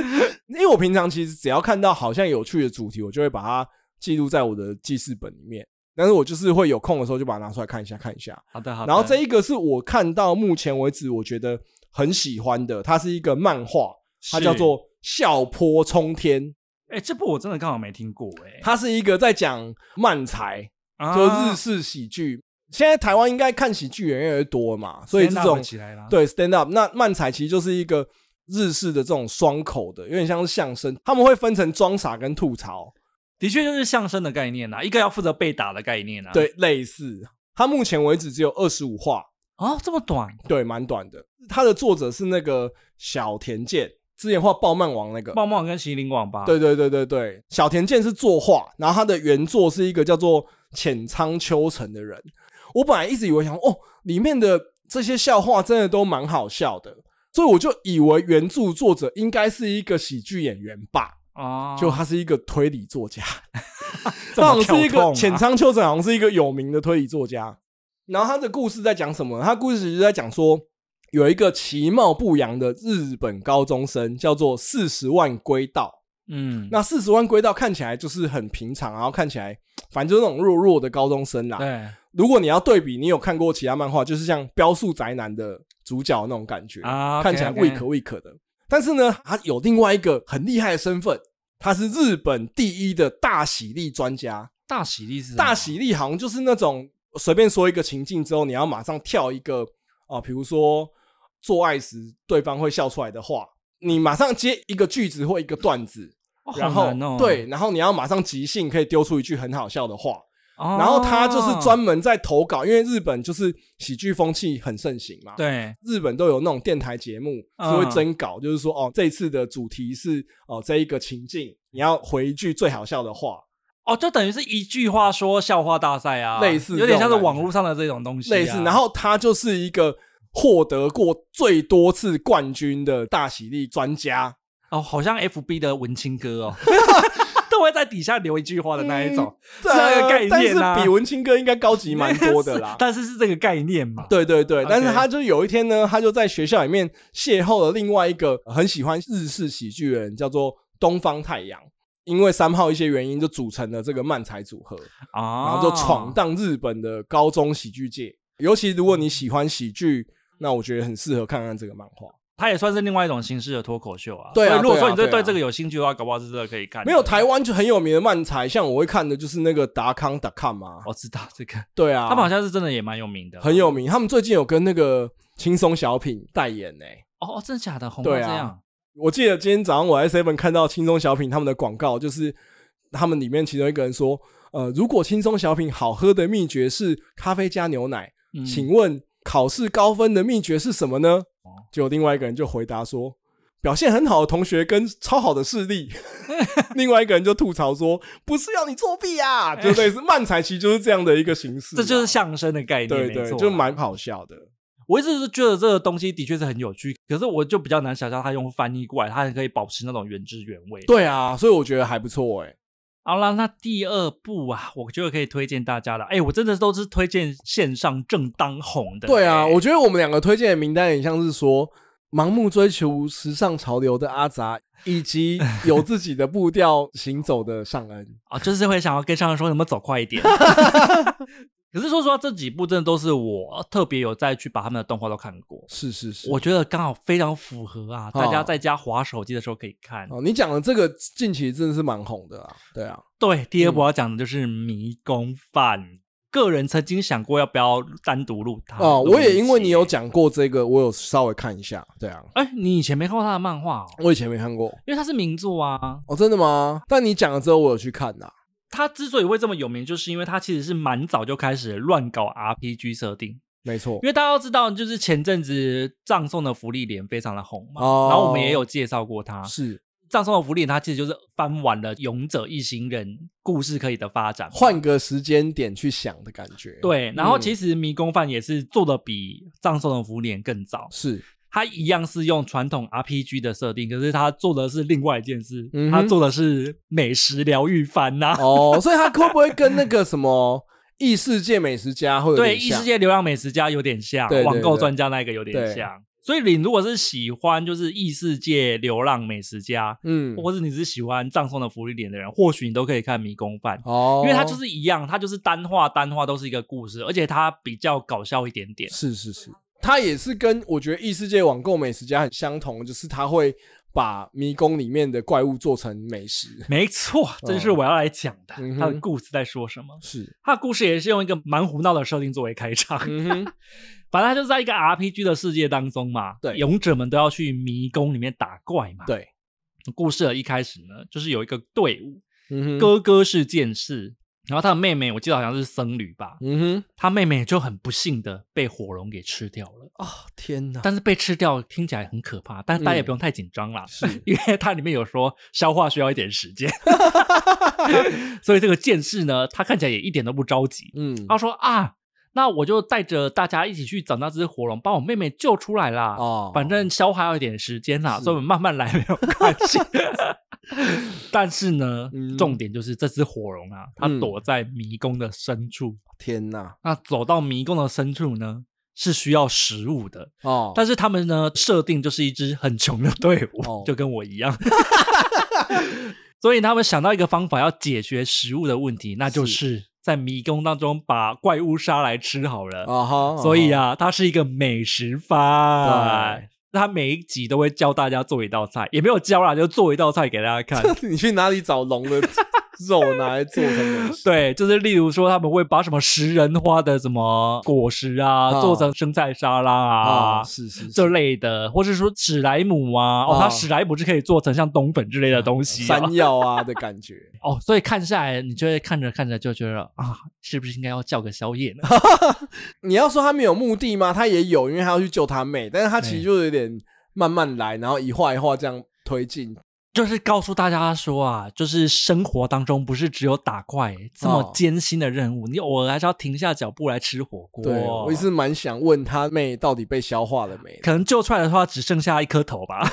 Speaker 2: 因为我平常其实只要看到好像有趣的主题，我就会把它记录在我的记事本里面。但是我就是会有空的时候就把它拿出来看一下看一下。
Speaker 1: 好的好的。
Speaker 2: 然后这一个是我看到目前为止我觉得很喜欢的，它是一个漫画，它
Speaker 1: 是
Speaker 2: 叫做《笑坡冲天》，
Speaker 1: 哎、这部我真的刚好没听过哎、
Speaker 2: 它是一个在讲漫才，
Speaker 1: 啊
Speaker 2: 就日式喜剧。现在台湾应该看喜剧越来越多嘛，所以这
Speaker 1: stand up
Speaker 2: 种
Speaker 1: 起来啦，
Speaker 2: 对 stand up，那漫才其实就是一个日式的这种双口的，有点像是相声，他们会分成装傻跟吐槽，
Speaker 1: 的确就是相声的概念啊啦，一个要负责被打的概念啦。啊
Speaker 2: 对，类似。它目前为止只有二十五话，
Speaker 1: 哦，这么短，
Speaker 2: 对，蛮短的。它的作者是那个小田健，之前画《爆漫王》那个。
Speaker 1: 棒棒跟麒麟网吧。
Speaker 2: 对对对对对，小田健是作画，然后他的原作是一个叫做浅仓秋成的人。我本来一直以为想哦，里面的这些笑话真的都蛮好笑的，所以我就以为原著作者应该是一个喜剧演员吧，
Speaker 1: 哦，
Speaker 2: 就他是一个推理作 家，
Speaker 1: 这
Speaker 2: 他好
Speaker 1: 么
Speaker 2: 像是一
Speaker 1: 跳痛
Speaker 2: 个
Speaker 1: 啊
Speaker 2: 浅仓秋成，好像是一个有名的推理作家。然后他的故事在讲什么呢？他故事其实在讲说，有一个其貌不扬的日本高中生叫做四十万归道，
Speaker 1: 嗯，
Speaker 2: 那四十万归道看起来就是很平常，然后看起来反正就是那种弱弱的高中生啦。
Speaker 1: 对
Speaker 2: 如果你要对比，你有看过其他漫画，就是像《标速宅男》的主角那种感觉，
Speaker 1: 啊，OK，
Speaker 2: 看起来
Speaker 1: OK
Speaker 2: 胃可胃可的。但是呢，他有另外一个很厉害的身份，他是日本第一的大喜力专家。
Speaker 1: 大喜力是什么
Speaker 2: 大喜力好像就是那种随便说一个情境之后，你要马上跳一个啊，比如说做爱时对方会笑出来的话，你马上接一个句子或一个段子，
Speaker 1: 哦
Speaker 2: 然
Speaker 1: 好
Speaker 2: 后、
Speaker 1: 难哦、
Speaker 2: 对，然后你要马上即兴可以丢出一句很好笑的话，
Speaker 1: 哦，
Speaker 2: 然后他就是专门在投稿，因为日本就是喜剧风气很盛行嘛，，
Speaker 1: 对
Speaker 2: 日本都有那种电台节目是
Speaker 1: 嗯
Speaker 2: 会征稿，就是说哦这一次的主题是哦、这一个情境，你要回一句最好笑的话，
Speaker 1: 哦，就等于是一句话说笑话大赛啊，
Speaker 2: 类似
Speaker 1: 有点像是
Speaker 2: 这种感觉
Speaker 1: 网络上的这种东西、啊，
Speaker 2: 类似，然后他就是一个获得过最多次冠军的大喜力专家，
Speaker 1: 哦，好像 FB 的文青哥 哦，都会在底下留一句话的那一种，
Speaker 2: 这
Speaker 1: 这个概念啊
Speaker 2: 但是比文青哥应该高 级蛮多的啦
Speaker 1: 是。但是是这个概念嘛？
Speaker 2: 对对对，
Speaker 1: OK
Speaker 2: 但是他就有一天呢，他就在学校里面邂逅了另外一个很喜欢日式喜剧的人，叫做东方太阳。因为三号一些原因，就组成了这个漫才组合，
Speaker 1: 啊，
Speaker 2: 然后就闯荡日本的高中喜剧界。尤其如果你喜欢喜剧，那我觉得很适合看看这个漫画。
Speaker 1: 它也算是另外一种形式的脱口秀啊。
Speaker 2: 啊对
Speaker 1: 所
Speaker 2: 啊
Speaker 1: 以如果
Speaker 2: 对啊
Speaker 1: 说你对
Speaker 2: 对啊
Speaker 1: 对这个有兴趣的话，搞不好是真的可以看。
Speaker 2: 没有，台湾就很有名的漫才，像我会看的就是那个达康达康嘛，
Speaker 1: 我知道这个，
Speaker 2: 对啊，
Speaker 1: 他们好像是真的也蛮有名的。
Speaker 2: 很有名。他们最近有跟那个轻松小品代言呢、
Speaker 1: 哦，真的假的？红到
Speaker 2: 对
Speaker 1: 这
Speaker 2: 啊
Speaker 1: 样，
Speaker 2: 我记得今天早上我在 Seven 看到轻松小品他们的广告，就是他们里面其中一个人说，呃，如果轻松小品好喝的秘诀是咖啡加牛奶，
Speaker 1: 嗯
Speaker 2: 请问考试高分的秘诀是什么呢
Speaker 1: 哦？
Speaker 2: 就另外一个人就回答说。表现很好的同学跟超好的 视力，另外一个人就吐槽说：“不是要你作弊啊！”就 类似漫才，其实就是这样的一个形式啊，
Speaker 1: 这就是相声的概念，
Speaker 2: 对
Speaker 1: 没
Speaker 2: 对，
Speaker 1: 错啊
Speaker 2: 就蛮好笑的。
Speaker 1: 我一直是觉得这个东西的确是很有趣，可是我就比较难想象它用翻译过来，它还可以保持那种原汁原味。
Speaker 2: 对啊，所以我觉得还不错哎、
Speaker 1: 好啦，那第二部啊，我觉得可以推荐大家了。哎、我真的都是推荐线上正当红的、
Speaker 2: 对啊，
Speaker 1: 哎
Speaker 2: 我觉得我们两个推荐的名单很像是说，盲目追求时尚潮流的阿杂，以及有自己的步调行走的尚恩。
Speaker 1: 啊，就是会想要跟上人说能不能走快一 点。可是说实话，这几部真的都是我特别有再去把他们的动画都看过，
Speaker 2: 是是是，
Speaker 1: 我觉得刚好非常符合啊，
Speaker 2: 哦
Speaker 1: 大家在家划手机的时候可以看。
Speaker 2: 哦，你讲的这个近期真的是蛮红的啊。对啊，
Speaker 1: 对，第二部要讲的就是《迷宫饭》个人曾经想过要不要单独录它。
Speaker 2: 哦，
Speaker 1: 录
Speaker 2: 我
Speaker 1: 一
Speaker 2: 也因为你有
Speaker 1: 集，
Speaker 2: 讲过这个，我有稍微看一下。对啊，
Speaker 1: 哎、你以前没看过他的漫画、哦，
Speaker 2: 我以前没看过。
Speaker 1: 因为他是名作啊。
Speaker 2: 哦，真的吗？但你讲了之后，我有去看啊呐、
Speaker 1: 他之所以会这么有名，就是因为他其实是蛮早就开始乱搞 RPG 设定。
Speaker 2: 没错
Speaker 1: 因，为大家都知道，就是前阵子葬送的福利莲非常的红嘛，
Speaker 2: 哦
Speaker 1: 然后我们也有介绍过它。
Speaker 2: 是
Speaker 1: 葬送的福利莲，它其实就是翻完了《勇者一行人》故事可以的发展。
Speaker 2: 换个时间点去想的感觉。
Speaker 1: 对，然后
Speaker 2: 嗯
Speaker 1: 其实迷宫饭也是做的比葬送的福利莲更早，
Speaker 2: 是
Speaker 1: 它一样是用传统 RPG 的设定，可是它做的是另外一件事，
Speaker 2: 嗯哼
Speaker 1: 它做的是美食疗愈番 呐、
Speaker 2: 哦，所以他会不会跟那个什么异世界美食家会有
Speaker 1: 对，
Speaker 2: 点
Speaker 1: 异
Speaker 2: 像？
Speaker 1: 世界流浪美食家有点像，
Speaker 2: 对对
Speaker 1: 网购
Speaker 2: 对
Speaker 1: 专家那个有点
Speaker 2: 对
Speaker 1: 像。所以你如果是喜欢就是异世界流浪美食家，
Speaker 2: 嗯，
Speaker 1: 或者你是喜欢葬送的福利点的人，或许你都可以看《迷宫饭》。
Speaker 2: 哦，
Speaker 1: 因为它就是一样，它就是单话单话都是一个故事，而且它比较搞笑一点点。
Speaker 2: 是是是，他也是跟我觉得异世界网购美食家很相同，就是他会把迷宫里面的怪物做成美食。
Speaker 1: 没错，这就是我要来讲的。
Speaker 2: 嗯哼
Speaker 1: 它的故事在说什么？
Speaker 2: 是，
Speaker 1: 它的故事也是用一个蛮胡闹的设定作为开场，
Speaker 2: 嗯哼，
Speaker 1: 反正它就是在一个 RPG 的世界当中嘛。
Speaker 2: 对
Speaker 1: 勇者们都要去迷宫里面打怪嘛。
Speaker 2: 对，
Speaker 1: 故事的一开始呢，就是有一个队伍，
Speaker 2: 嗯哼，，
Speaker 1: 哥哥是剑士，然后他的妹妹我记得好像是僧侣吧，
Speaker 2: 嗯
Speaker 1: 他妹妹就很不幸的被火龙给吃掉了。
Speaker 2: 哼，啊，天哪，
Speaker 1: 但是被吃掉听起来很可怕，但大家也不用太紧张啦，
Speaker 2: 嗯是
Speaker 1: 因为它里面有说消化需要一点时 间，所以这个剑士呢，他看起来也一点都不着急。
Speaker 2: 嗯，
Speaker 1: 他说啊，那我就带着大家一起去找那只火龙，把我妹妹救出来啦。
Speaker 2: 哦
Speaker 1: 反正消化要一点时间啦，
Speaker 2: 是
Speaker 1: 所以我们慢慢来没有关 系。但是呢，
Speaker 2: 嗯
Speaker 1: 重点就是这只火龙啊，它
Speaker 2: 嗯
Speaker 1: 躲在迷宫的深处。
Speaker 2: 天哪，
Speaker 1: 那走到迷宫的深处呢，是需要食物的。
Speaker 2: 哦，
Speaker 1: 但是他们呢，设定就是一支很穷的队伍，
Speaker 2: 哦
Speaker 1: 就跟我一样。 所以他们想到一个方法要解决食物的问题，那就是在迷宫当中把怪物杀来吃好了。
Speaker 2: 啊哈，
Speaker 1: 所以
Speaker 2: 啊
Speaker 1: 啊，它是一个美食番，它每一集都会教大家做一道菜，也没有教啦，就做一道菜给大家看。
Speaker 2: 哈， 你去哪里找龙的肉拿来做成美食？
Speaker 1: 对，就是例如说，他们会把什么食人花的什么果实啊，
Speaker 2: 啊
Speaker 1: 做成生菜沙拉啊，
Speaker 2: 啊，是是，
Speaker 1: 这
Speaker 2: 是
Speaker 1: 类的，或是说史莱姆啊，哦，
Speaker 2: 啊
Speaker 1: 它史莱姆是可以做成像冬粉之类的东西、啊
Speaker 2: 山，药啊的感觉，
Speaker 1: 哦，所以看下来，你就会看着看着就觉得啊，是不是应该要叫个宵夜 呢？
Speaker 2: 你要说他没有目的吗？他也有，因为他要去救他妹，但是他其实就有点慢慢来，然后一画一画这样推进。
Speaker 1: 就是告诉大家说啊，就是生活当中不是只有打怪这么
Speaker 2: 哦
Speaker 1: 艰辛的任务，你偶尔还是要停下脚步来吃火锅。
Speaker 2: 对我也是蛮想问他妹到底被消化了没？
Speaker 1: 可能救出来的话，只剩下一颗头 吧。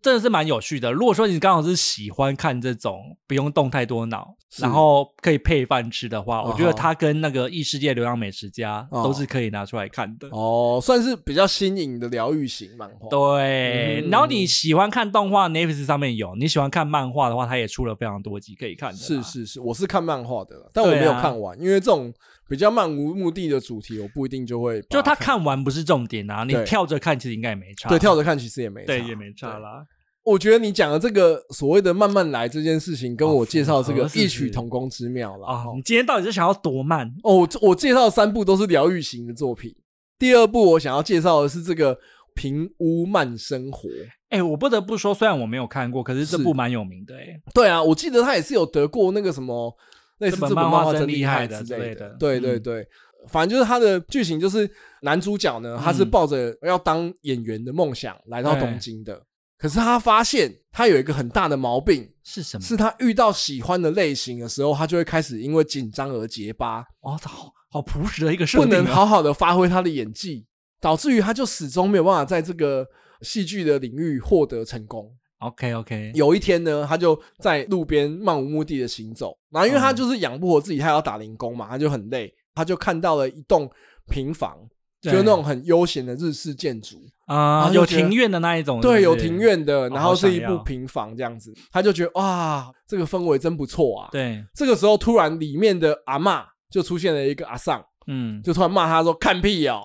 Speaker 1: 真的是蛮有趣的。如果说你刚好是喜欢看这种不用动太多脑，
Speaker 2: 是啊
Speaker 1: 然后可以配饭吃的话，
Speaker 2: 哈
Speaker 1: 我觉得它跟那个异世界流浪美食家
Speaker 2: 哦
Speaker 1: 都是可以拿出来看的。
Speaker 2: 哦，算是比较新颖的疗愈型漫画。
Speaker 1: 对，
Speaker 2: 嗯
Speaker 1: 然后你喜欢看动画，Netflix 上面有；你喜欢看漫画的话，它也出了非常多集可以看的啦。
Speaker 2: 是是是，我是看漫画的啦，但我
Speaker 1: 对啊
Speaker 2: 没有看完，因为这种比较漫无目的的主题，我不一定就会把
Speaker 1: 就
Speaker 2: 它
Speaker 1: 他看完不是重点啊，你
Speaker 2: 对
Speaker 1: 跳着看其实应该也没差。
Speaker 2: 对跳着看，其实也没
Speaker 1: 对
Speaker 2: 差
Speaker 1: 也没差。啦。
Speaker 2: 对我觉得你讲的这个所谓的慢慢来这件事情，跟
Speaker 1: 哦
Speaker 2: 我介绍这个
Speaker 1: 符合
Speaker 2: 异
Speaker 1: 是不
Speaker 2: 曲
Speaker 1: 是
Speaker 2: 同工之妙啦。
Speaker 1: 啊
Speaker 2: 哦，
Speaker 1: 你今天到底是想要多慢？
Speaker 2: 哦，我我介绍的三部都是疗愈型的作品。第二部我想要介绍的是这个《平屋慢生活》。
Speaker 1: 哎、我不得不说，虽然我没有看过，可是这
Speaker 2: 是
Speaker 1: 部蛮有名的哎、
Speaker 2: 对啊，我记得他也是有得过那个什么类似
Speaker 1: 这本
Speaker 2: 这本
Speaker 1: 漫
Speaker 2: 漫
Speaker 1: 画
Speaker 2: 画
Speaker 1: 真
Speaker 2: 真
Speaker 1: 厉
Speaker 2: 厉
Speaker 1: 害
Speaker 2: 害
Speaker 1: 的
Speaker 2: 之
Speaker 1: 之类
Speaker 2: 类
Speaker 1: 的
Speaker 2: 对对
Speaker 1: 嗯
Speaker 2: 对，反正就是他的剧情就是男主角呢，他是
Speaker 1: 嗯
Speaker 2: 抱着要当演员的梦想来到
Speaker 1: 对
Speaker 2: 东京的。可是他发现他有一个很大的毛病，
Speaker 1: 是什么？
Speaker 2: 是他遇到喜欢的类型的时候，他就会开始因为紧张而结巴。
Speaker 1: 哦，好好朴实的一个设
Speaker 2: 不
Speaker 1: 定、啊，
Speaker 2: 能好好的发挥他的演技，导致于他就始终没有办法在这个戏剧的领域获得成功。
Speaker 1: OK OK，
Speaker 2: 有一天呢，他就在路边漫无目的的行走，然后因为他就是养不活自己，他要打零工嘛，他就很累，他就看到了一栋平房，就
Speaker 1: 对
Speaker 2: 是那种很悠闲的日式建筑，
Speaker 1: 啊、
Speaker 2: 他就
Speaker 1: 有
Speaker 2: 觉得
Speaker 1: 庭院的那一种，
Speaker 2: 哦对，
Speaker 1: 是
Speaker 2: 有
Speaker 1: 不是
Speaker 2: 庭，院的，
Speaker 1: 哦
Speaker 2: 然
Speaker 1: 好
Speaker 2: 后是
Speaker 1: 想
Speaker 2: 一部
Speaker 1: 要
Speaker 2: 平房这样子，他就觉得哇，这个氛围真不错啊。
Speaker 1: 对，
Speaker 2: 这个时候突然里面的阿嬷就出现了一个阿丧，
Speaker 1: 嗯，
Speaker 2: 就突然骂他说看屁哦，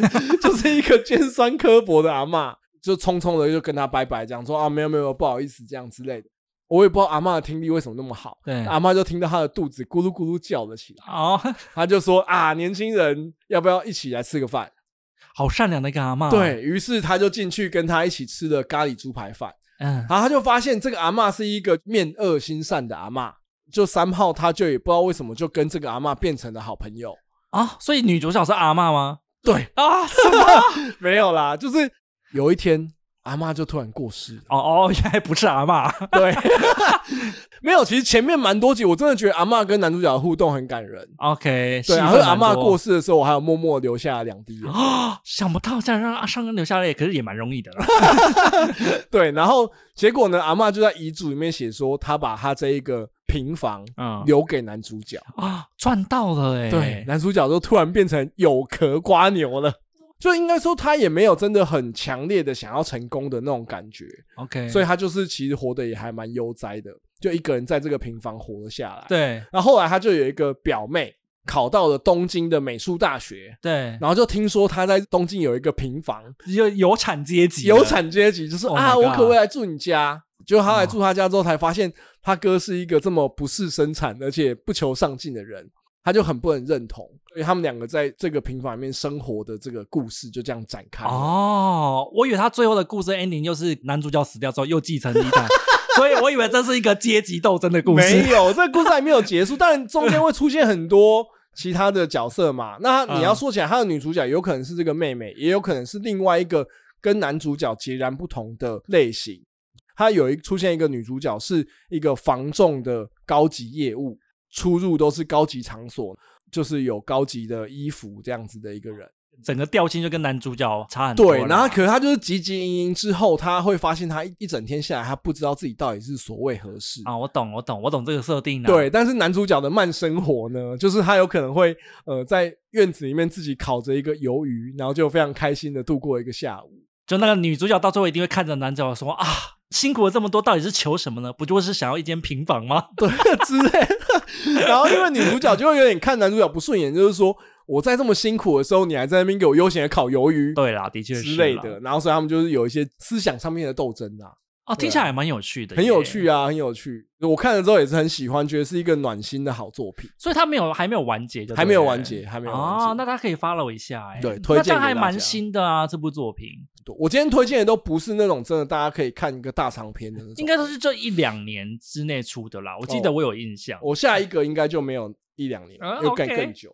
Speaker 2: 就是一个尖酸刻薄的阿嬷，就匆匆的就跟他拜拜，讲说啊没有没有不好意思这样之类的。我也不知道阿嬷的听力为什么那么好，
Speaker 1: 对，
Speaker 2: 阿嬷就听到他的肚子咕噜咕噜叫了起来，
Speaker 1: 哦，
Speaker 2: 他就说啊年轻人要不要一起来吃个饭？
Speaker 1: 好善良的一个阿嬷，，啊
Speaker 2: 对于是他就进去跟他一起吃了咖喱猪排饭。
Speaker 1: 嗯，
Speaker 2: 然后他就发现这个阿嬷是一个面恶心善的阿嬷，就三号他就也不知道为什么就跟这个阿嬷变成了好朋友。
Speaker 1: 啊，所以女主角是阿嬷吗？
Speaker 2: 对，
Speaker 1: 啊，什么？
Speaker 2: 没有啦，就是有一天阿嬷就突然过世了。
Speaker 1: 哦哦，原来不是阿嬷，
Speaker 2: 对， 没有，其实前面蛮多集，我真的觉得阿嬷跟男主角的互动很感人。
Speaker 1: OK，戏
Speaker 2: 对，然后
Speaker 1: 份
Speaker 2: 阿嬷
Speaker 1: 蛮多
Speaker 2: 过世的时候，我还有默默流下了两滴 眼泪。
Speaker 1: 啊，想不到这样让阿上恩流下泪，可是也蛮容易的啦。
Speaker 2: 对，然后结果呢，阿嬷就在遗嘱里面写说，她把她这一个平房
Speaker 1: 嗯，
Speaker 2: 留给男主角。
Speaker 1: 啊，赚到了哎、
Speaker 2: 对，，男主角就突然变成有壳瓜牛了。就应该说他也没有真的很强烈的想要成功的那种感觉，
Speaker 1: OK，
Speaker 2: 所
Speaker 1: 以
Speaker 2: 以他就是其实活得也还蛮悠哉的，就一个人在这个平房活了下来。，
Speaker 1: 对
Speaker 2: 然后后来他就有一个表妹考到了东京的美术大学，
Speaker 1: 对，
Speaker 2: 然后就听说他在东京有一个平房，
Speaker 1: 有有产阶级，
Speaker 2: 有，产阶级，就是
Speaker 1: Oh
Speaker 2: 啊，
Speaker 1: my
Speaker 2: 我
Speaker 1: God 哦
Speaker 2: 可不可以来住你家？结果他来住他家之后，才发现他哥是一个这么不事生产，而且不求上进的人，他就很不能认同。所以他们两个在这个平房里面生活的这个故事就这样展开。
Speaker 1: 哦，我以为他最后的故事 ending 就是男主角死掉之后又继承遗产，所以我以为这是一个阶级斗争的故
Speaker 2: 没
Speaker 1: 事。
Speaker 2: 有，这个故事还没有结束，但中间会出现很多其他的角色嘛。那你要说起来，他的女主角有可能是这个妹妹，也有可能是另外一个跟男主角截然不同的类型。他有一出现一个女主角是一个房仲的高级业务，出入都是高级场所，就是有高级的衣服这样子的一个人。
Speaker 1: 整个调性就跟男主角差很多啦。
Speaker 2: 对，然后可是他就是汲汲营营之后，他会发现他一一整天下来，他不知道自己到底是所谓何事
Speaker 1: 啊，我懂，我懂，我懂这个设定了。
Speaker 2: 对，但是男主角的慢生活呢，就是他有可能会呃在院子里面自己烤着一个鱿鱼，然后就非常开心的度过一个下午。
Speaker 1: 就那个女主角到最后一定会看着男主角说啊，辛苦了这么多，到底是求什么呢？不就是想要一间平房吗？
Speaker 2: 对之类的。然后因为女主角就会有点看男主角不顺眼，就是说我在这么辛苦的时候，你还在那边给我悠闲的烤鱿鱼
Speaker 1: 对啦，的哦确是
Speaker 2: 之类
Speaker 1: 啦
Speaker 2: 的。然后所以他们就是有一些思想上面的斗争啊，
Speaker 1: 哦，听起来还蛮有趣的，
Speaker 2: 很有趣
Speaker 1: 啊。
Speaker 2: 啊，很有趣。我看了之后也是很喜欢，觉得是一个暖心的好作品。
Speaker 1: 所以他没有还没有完结就对了，
Speaker 2: 还没有完结还没有完结
Speaker 1: 哦，那他可以 follow 一下哎、
Speaker 2: 对推荐
Speaker 1: 那这样
Speaker 2: 给
Speaker 1: 还
Speaker 2: 大家
Speaker 1: 蛮新的啊，这部作品
Speaker 2: 我今天推荐的都不是那种真的大家可以看一个大长篇的那种，
Speaker 1: 应该都是这一两年之内出的啦，我记
Speaker 2: 哦
Speaker 1: 得我有印象。
Speaker 2: 我下一个应该就没有一两年，
Speaker 1: 啊
Speaker 2: 又更
Speaker 1: OK
Speaker 2: 更久。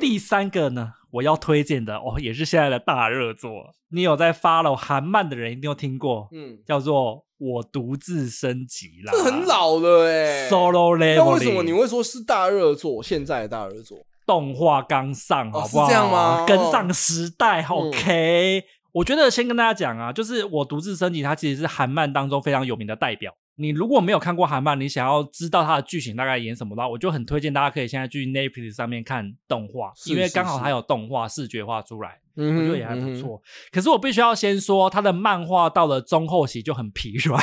Speaker 1: 第三个呢，我要推荐的哦，也是现在的大热作，你有在 follow 韩漫的人一定有听过，
Speaker 2: 嗯，
Speaker 1: 叫做《我独自升级》啦，
Speaker 2: 这很老了哎、
Speaker 1: Solo
Speaker 2: 那
Speaker 1: Leveling，
Speaker 2: 为什么你会说是大热作？现在的大热作，
Speaker 1: 动画刚上，
Speaker 2: 哦
Speaker 1: 好不好？
Speaker 2: 是这样吗
Speaker 1: 跟上时代、o
Speaker 2: 哦
Speaker 1: k 我觉得先跟大家讲啊，就是我独自升级，它其实是韩漫当中非常有名的代表。你如果没有看过韩漫，你想要知道它的剧情大概演什么的话，我就很推荐大家可以现在去 Netflix 上面看动画，
Speaker 2: 是
Speaker 1: 因为
Speaker 2: 是
Speaker 1: 刚好
Speaker 2: 是
Speaker 1: 它有动画视觉化出来，
Speaker 2: 嗯
Speaker 1: 我
Speaker 2: 哼
Speaker 1: 觉得也还不，错。可是我必须要先说，它的漫画到了中后期就很疲软，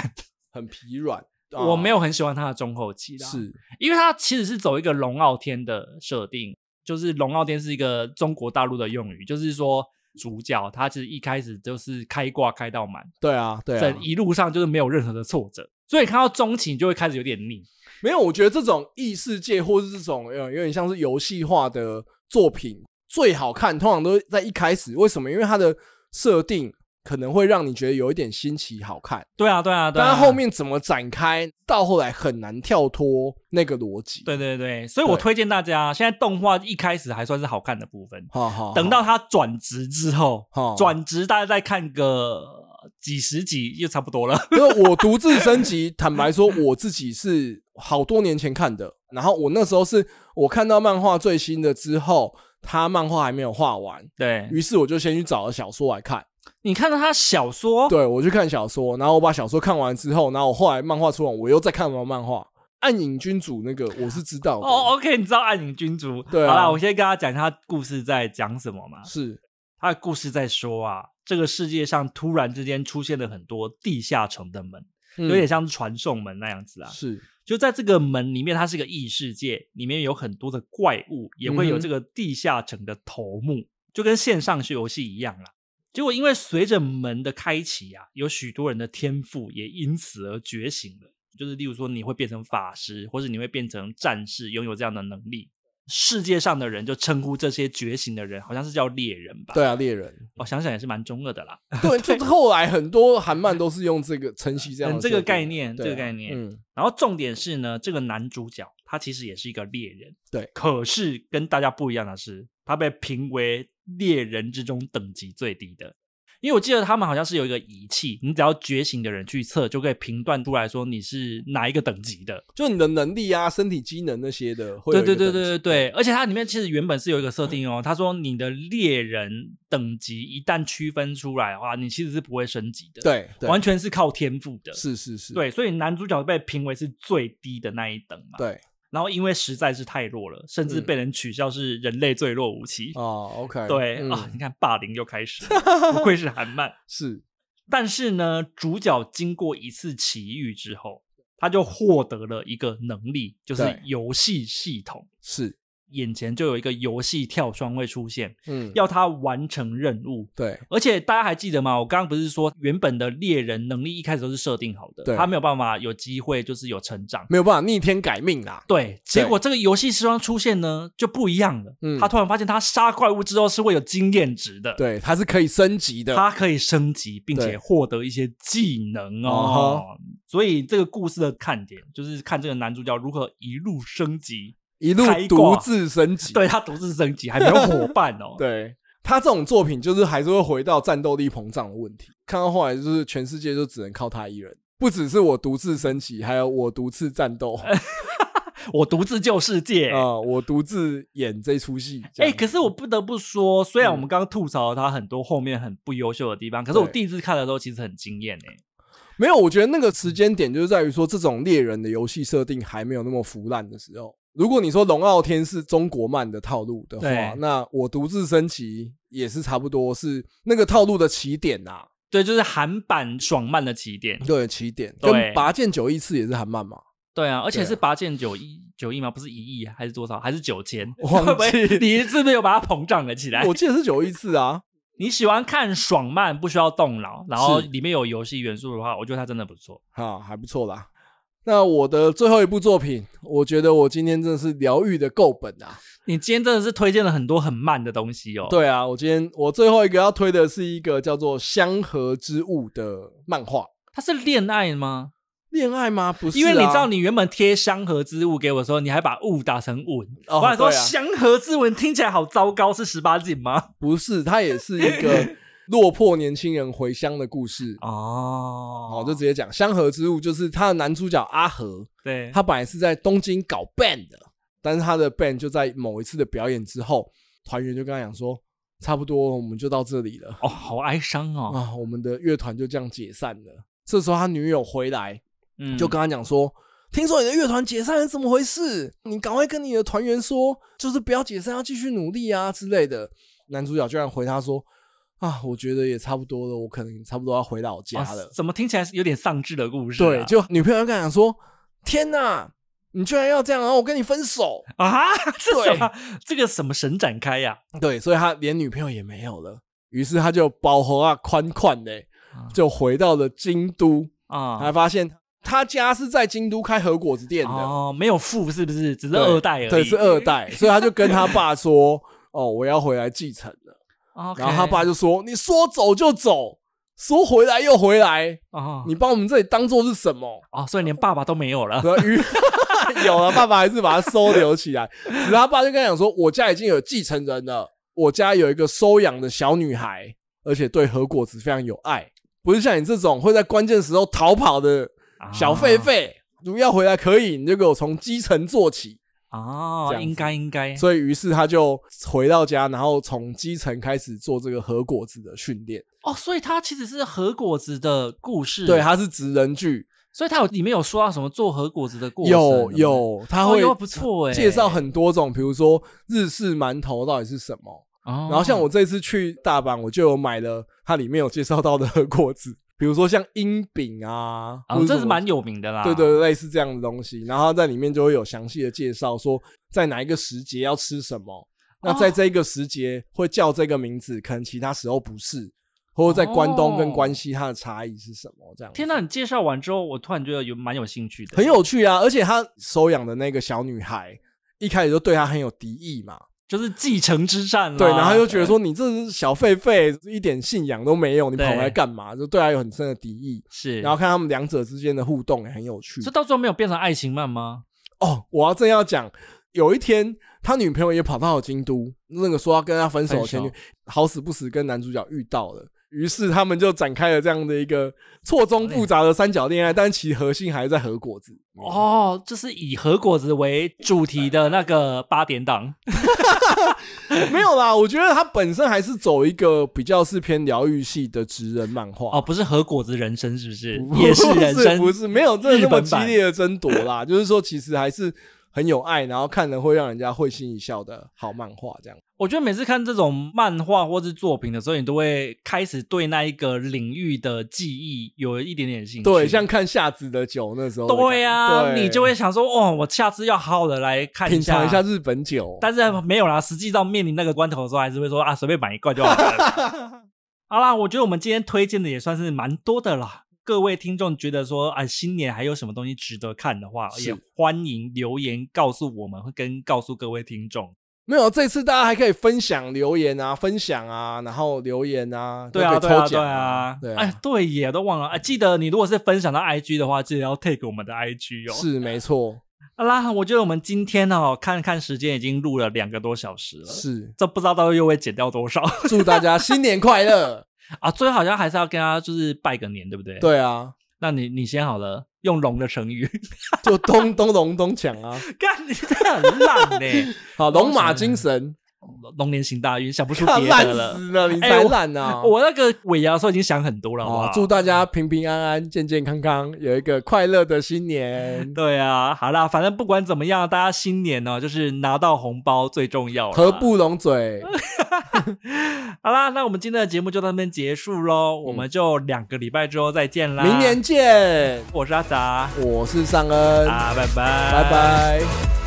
Speaker 2: 很疲软。啊
Speaker 1: 我没有很喜欢它的中后期啦。
Speaker 2: 是
Speaker 1: 因为它其实是走一个龙傲天的设定，就是龙傲天是一个中国大陆的用语，就是说主角他其实一开始就是开挂开到满，
Speaker 2: 对啊，对啊
Speaker 1: 整，一路上就是没有任何的挫折，所以看到中期你就会开始有点腻。
Speaker 2: 没有。我觉得这种异世界或是这种呃有点像是游戏化的作品，最好看通常都在一开始。为什么？因为它的设定可能会让你觉得有一点新奇好看，
Speaker 1: 对啊，对啊，对
Speaker 2: 但
Speaker 1: 啊。
Speaker 2: 它后面怎么展开，到后来很难跳脱那个逻辑。
Speaker 1: 对对对，所以我
Speaker 2: 对
Speaker 1: 推荐大家，现在动画一开始还算是好看的部分，
Speaker 2: 好好，
Speaker 1: 等到他转职之后，
Speaker 2: 好
Speaker 1: 转职大概再看个几十集就差不多了。
Speaker 2: 因为我独自升级，坦白说，我自己是好多年前看的。然后我那时候是我看到漫画最新的之后，他漫画还没有画完，
Speaker 1: 对
Speaker 2: 嗯于是我就先去找了小说来看。
Speaker 1: 你看到他小说，
Speaker 2: 对我去看小说，然后我把小说看完之后，然后我后来漫画出完，我又再看完漫画。暗影君主那个我是知道的，
Speaker 1: 哦，OK，你知道暗影君主？
Speaker 2: 对啊
Speaker 1: 好啦，我先跟他讲一下故事在讲什么嘛。
Speaker 2: 是
Speaker 1: 他的故事在说啊，这个世界上突然之间出现了很多地下城的门，
Speaker 2: 嗯
Speaker 1: 有点像是传送门那样子啊。
Speaker 2: 是
Speaker 1: 就在这个门里面，它是个异世界，里面有很多的怪物，也会有
Speaker 2: 嗯哼
Speaker 1: 这个地下城的头目，就跟线上游戏一样啦。结果因为随着门的开启啊，有许多人的天赋也因此而觉醒了，就是例如说你会变成法师，或者你会变成战士，拥有这样的能力。世界上的人就称呼这些觉醒的人，好像是叫猎人吧？
Speaker 2: 对啊，猎 人
Speaker 1: 我、想想也是蛮中二的啦。
Speaker 2: 对，就是后来很多韩漫都是用这个晨曦这样的
Speaker 1: 嗯这
Speaker 2: 设
Speaker 1: 个
Speaker 2: 定
Speaker 1: 概念
Speaker 2: 对啊
Speaker 1: 这个概念
Speaker 2: 嗯，
Speaker 1: 然后重点是呢，这个男主角他其实也是一个猎人，
Speaker 2: 对
Speaker 1: 可是跟大家不一样的是，他被评为猎人之中等级最低的。因为我记得他们好像是有一个仪器，你只要觉醒的人去测，就可以评断出来说你是哪一个等级的。
Speaker 2: 就你的能力啊、身体机能那些的，会有
Speaker 1: 对对
Speaker 2: 一个
Speaker 1: 对对
Speaker 2: 等
Speaker 1: 对
Speaker 2: 级
Speaker 1: 对，而且它里面其实原本是有一个设定哦，他说你的猎人等级一旦区分出来的话，你其实是不会升级的，，
Speaker 2: 对对，
Speaker 1: 完全是靠天赋的。
Speaker 2: 是是是，
Speaker 1: 对，所以男主角被评为是最低的那一等嘛。
Speaker 2: 对
Speaker 1: 然后因为实在是太弱了，甚至被人取笑是人类最弱武器。
Speaker 2: 嗯哦，OK，
Speaker 1: 对啊、
Speaker 2: 嗯
Speaker 1: 你看霸凌又开始了，不愧是韩 漫。
Speaker 2: 是
Speaker 1: 但是呢，主角经过一次奇遇之后，他就获得了一个能力，就是
Speaker 2: 对
Speaker 1: 游戏系统。
Speaker 2: 是，
Speaker 1: 眼前就有一个游戏跳窗会出现，
Speaker 2: 嗯，
Speaker 1: 要他完成任务。
Speaker 2: 对
Speaker 1: 而且大家还记得吗？我刚刚不是说原本的猎人能力一开始都是设定好的，
Speaker 2: 对
Speaker 1: 他没有办法有机会就是有成长。
Speaker 2: 没有办法逆天改命啦，
Speaker 1: 对，结果这个游戏时装出现呢就不一样了。
Speaker 2: 嗯
Speaker 1: 他突然发现他杀怪物之后是会有经验值的，，
Speaker 2: 对，它是可以升级的，
Speaker 1: 他可以升级，并且
Speaker 2: 对嗯
Speaker 1: 获得一些技能哦。所以这个故事的看点就是看这个男主角如何一路升级，
Speaker 2: 一路
Speaker 1: 开挂
Speaker 2: 独自升级，。，
Speaker 1: 对他独自升级还没有伙伴哦
Speaker 2: 对他这种作品，就是还是会回到战斗力膨胀的问题。看到后来，就是全世界就只能靠他一人，不只是我独自升级，还有我独自战斗，
Speaker 1: 哎
Speaker 2: 啊、
Speaker 1: 我独自救世界。
Speaker 2: 我独自演这出戏。哦这
Speaker 1: 哎、
Speaker 2: 样嗯
Speaker 1: 可是我不得不说，虽然我们刚刚吐槽了他很多后面很不优秀的地方，可是我
Speaker 2: 对
Speaker 1: 第一次看的时候其实很惊艳哎。
Speaker 2: 没有，我觉得那个时间点就是在于说，这种猎人的游戏设定还没有那么腐烂的时候。如果你说《龙傲天》是中国漫的套路的
Speaker 1: 对
Speaker 2: 话，那我独自升级也是差不多是那个套路的起点呐、
Speaker 1: 对，就是韩版爽漫的起点。
Speaker 2: 对，起点
Speaker 1: 对
Speaker 2: 跟《拔剑九义次》也是韩漫嘛，
Speaker 1: 对啊，而且
Speaker 2: 对啊
Speaker 1: 是八千九亿九亿吗？不是一亿啊还是多少？还是九千？
Speaker 2: 我忘记
Speaker 1: 会不会你是不是有把它膨胀了起来？
Speaker 2: 我记得是九义次啊。
Speaker 1: 你喜欢看爽漫，不需要动脑，然后
Speaker 2: 是
Speaker 1: 里面有游戏元素的话，我觉得它真的不错。
Speaker 2: 啊，还不错啦。那我的最后一部作品，我觉得我今天真的是疗愈的够本啊！
Speaker 1: 你今天真的是推荐了很多很慢的东西哦。，
Speaker 2: 对啊，我今天我最后一个要推的是一个叫做《香河之物》的漫画，
Speaker 1: 它是恋爱吗？
Speaker 2: 恋爱吗？不是、啊，
Speaker 1: 因为你知道，你原本贴香河之物给我的时候，你还把物打成文，
Speaker 2: 哦
Speaker 1: 我还说
Speaker 2: 对啊
Speaker 1: 香河之文听起来好糟糕，是十八禁吗？
Speaker 2: 不是，它也是一个 落魄年轻人回乡的故事。
Speaker 1: 哦
Speaker 2: 好，就直接讲《香河之物》，就是它的男主角阿和，
Speaker 1: 对，
Speaker 2: 他本来是在东京搞 band 的，但是他的 band 就在某一次的表演之后，团员就跟他讲说，差不多我们就到这里了。
Speaker 1: 哦，好哀伤哦。
Speaker 2: 啊，我们的乐团就这样解散了。这时候他女友回来，
Speaker 1: 嗯，
Speaker 2: 就跟他讲说：“听说你的乐团解散了，怎么回事？你赶快跟你的团员说，就是不要解散，要继续努力啊之类的。”男主角居然回他说：“啊，我觉得也差不多了，我可能差不多要回老家了
Speaker 1: 哦。怎么听起来是有点丧志的故事啊、
Speaker 2: 对，就女朋友就跟他讲说：“天哪，你居然要这样，然后我跟你分手。”
Speaker 1: 啊， 这
Speaker 2: 对
Speaker 1: 什么？这个什么神展开呀、
Speaker 2: 对，所以他连女朋友也没有了，于是他就包喉啊宽宽的
Speaker 1: 啊，
Speaker 2: 就回到了京都。
Speaker 1: 啊？
Speaker 2: 还发现他家是在京都开和果子店的，
Speaker 1: 哦，没有父是不是？只是
Speaker 2: 对
Speaker 1: 二代而已。
Speaker 2: 对，是二代，所以他就跟他爸说：“ 哦，我要回来继承了。”
Speaker 1: OK。
Speaker 2: 然后他爸就说：“你说走就走，说回来又回来，
Speaker 1: 哦，
Speaker 2: 你把我们这里当做是什么
Speaker 1: 哦，所以连爸爸都没有了？”。
Speaker 2: 然后于 有了，爸爸还是把他收留起来。只是他爸就跟他讲说：“我家已经有继承人了，我家有一个收养的小女孩，而且对和果子非常有爱，不是像你这种会在关键时候逃跑的
Speaker 1: 啊
Speaker 2: 小狒狒，如果要回来可以，你就给我从基层做起。
Speaker 1: 哦
Speaker 2: 这，样子
Speaker 1: 应该应该。
Speaker 2: 所以于是他就回到家，然后从基层开始做这个核果子的训练。
Speaker 1: 哦，所以它其实是和果子的故事，
Speaker 2: 对，，它是职人剧，
Speaker 1: 所以它有里面有说到什么做和果子的过程，
Speaker 2: 有，有，它
Speaker 1: 哦
Speaker 2: 会
Speaker 1: 哟不错哎，
Speaker 2: 介绍很多种，比如说日式馒头到底是什么，
Speaker 1: 哦，
Speaker 2: 然
Speaker 1: 然
Speaker 2: 后像我这次去大阪，我就有买了它里面有介绍到的 和果子，比如说像樱饼啊，或者
Speaker 1: 哦这是
Speaker 2: 什么
Speaker 1: 蛮有名的啦，
Speaker 2: 对对，类似这样的东西，然后在里面就会有详细的介绍，说在哪一个时节要吃什么。那
Speaker 1: 哦
Speaker 2: 在这一个时节会叫这个名字，可能其他时候不是，或者在关东跟关西它的差异是什么？这样
Speaker 1: 哦
Speaker 2: 子
Speaker 1: 天哪！你介绍完之后，我突然觉得有蛮有兴趣的，
Speaker 2: 很有趣啊！而且他收养的那个小女孩一开始就对他很有敌意嘛，
Speaker 1: 就是继承之战啦。
Speaker 2: 对，然后他就
Speaker 1: 啊
Speaker 2: 觉得说你这是小狒狒，一点信仰都没有，你跑
Speaker 1: 对
Speaker 2: 来干嘛？就对他有很深的敌意。
Speaker 1: 是，
Speaker 2: 然后看他们两者之间的互动也很有趣。
Speaker 1: 这到最后没有变成爱情漫吗？
Speaker 2: 哦，我要正要讲，有一天他女朋友也跑到了京都，那个说要跟他分手的前女
Speaker 1: 分，
Speaker 2: 好死不死跟男主角遇到了，于是他们就展开了这样的一个错综复杂的三角恋爱，但其核心还是在和果子。哦，
Speaker 1: 哦，这是以和果子为主题的那个八点档，
Speaker 2: 没有啦，我觉得他本身还是走一个比较是偏疗愈系的职人漫画
Speaker 1: 哦，，不是和果子人生，是不是？
Speaker 2: 不
Speaker 1: 也是人生，
Speaker 2: 不是没有真的
Speaker 1: 日
Speaker 2: 那么
Speaker 1: 本
Speaker 2: 激
Speaker 1: 版
Speaker 2: 烈的争夺 啦。就是说，其实还是很有爱，然后看了会让人家会心一笑的好漫画，这样。
Speaker 1: 我觉得每次看这种漫画或是作品的时候，你都会开始对那一个领域的记忆有一点点兴趣。
Speaker 2: 对，像看夏子的酒那时候的感觉，
Speaker 1: 对啊，
Speaker 2: 对
Speaker 1: 你就会想说，哦，我下次要好好的来看
Speaker 2: 品尝一下日本酒。
Speaker 1: 但是没有啦，实际到面临那个关头的时候，还是会说啊，随便买一罐就好了。 好啦，我觉得我们今天推荐的也算是蛮多的啦。各位听众觉得说啊，新年还有什么东西值得看的话，
Speaker 2: 是
Speaker 1: 也欢迎留言告诉我们，会跟告诉各位听众。
Speaker 2: 没有，这次大家还可以分享留言啊，分享啊，然后留言啊，
Speaker 1: 对
Speaker 2: 都
Speaker 1: 啊，
Speaker 2: 可
Speaker 1: 对
Speaker 2: 以抽
Speaker 1: 啊，对
Speaker 2: 奖
Speaker 1: 啊，
Speaker 2: 对
Speaker 1: 哎
Speaker 2: 啊，，
Speaker 1: 对耶，都忘了。哎，记得你如果是分享到 IG 的话，记得要 take 我们的 IG 哦。，
Speaker 2: 是没错，
Speaker 1: 好啦，我觉得我们今天哦，看看时间已经录了两个多小时了，
Speaker 2: 是
Speaker 1: 这不知道到时候又会减掉多少
Speaker 2: 祝大家新年 快乐。
Speaker 1: 啊？最后好像还是要跟他就是拜个年，对不对？，
Speaker 2: 对啊，
Speaker 1: 那你你先好了，用龙的成语，
Speaker 2: 就咚咚隆咚锵啊！
Speaker 1: 干你这很烂呢，
Speaker 2: 好，龙马精神，
Speaker 1: 龙年行大运， 想不出
Speaker 2: 看
Speaker 1: 别
Speaker 2: 烂
Speaker 1: 的了。
Speaker 2: 死了，你
Speaker 1: 哎
Speaker 2: 才
Speaker 1: 我
Speaker 2: 烂 啊！
Speaker 1: 我那个尾牙的时候已经想很多了，好不
Speaker 2: 哦
Speaker 1: 好，。
Speaker 2: 祝大家平平安安、健健康康，有一个快乐的新年
Speaker 1: 对啊，好啦，反正不管怎么样，大家新年呢、就是拿到红包最重要了。
Speaker 2: 合不拢嘴，
Speaker 1: 好啦，那我们今天的节目就到这边结束喽，我们就两个礼拜之后再见啦。
Speaker 2: 嗯明年见！
Speaker 1: 我是阿杂
Speaker 2: 我是尚恩，
Speaker 1: 啊，拜拜，
Speaker 2: 拜拜。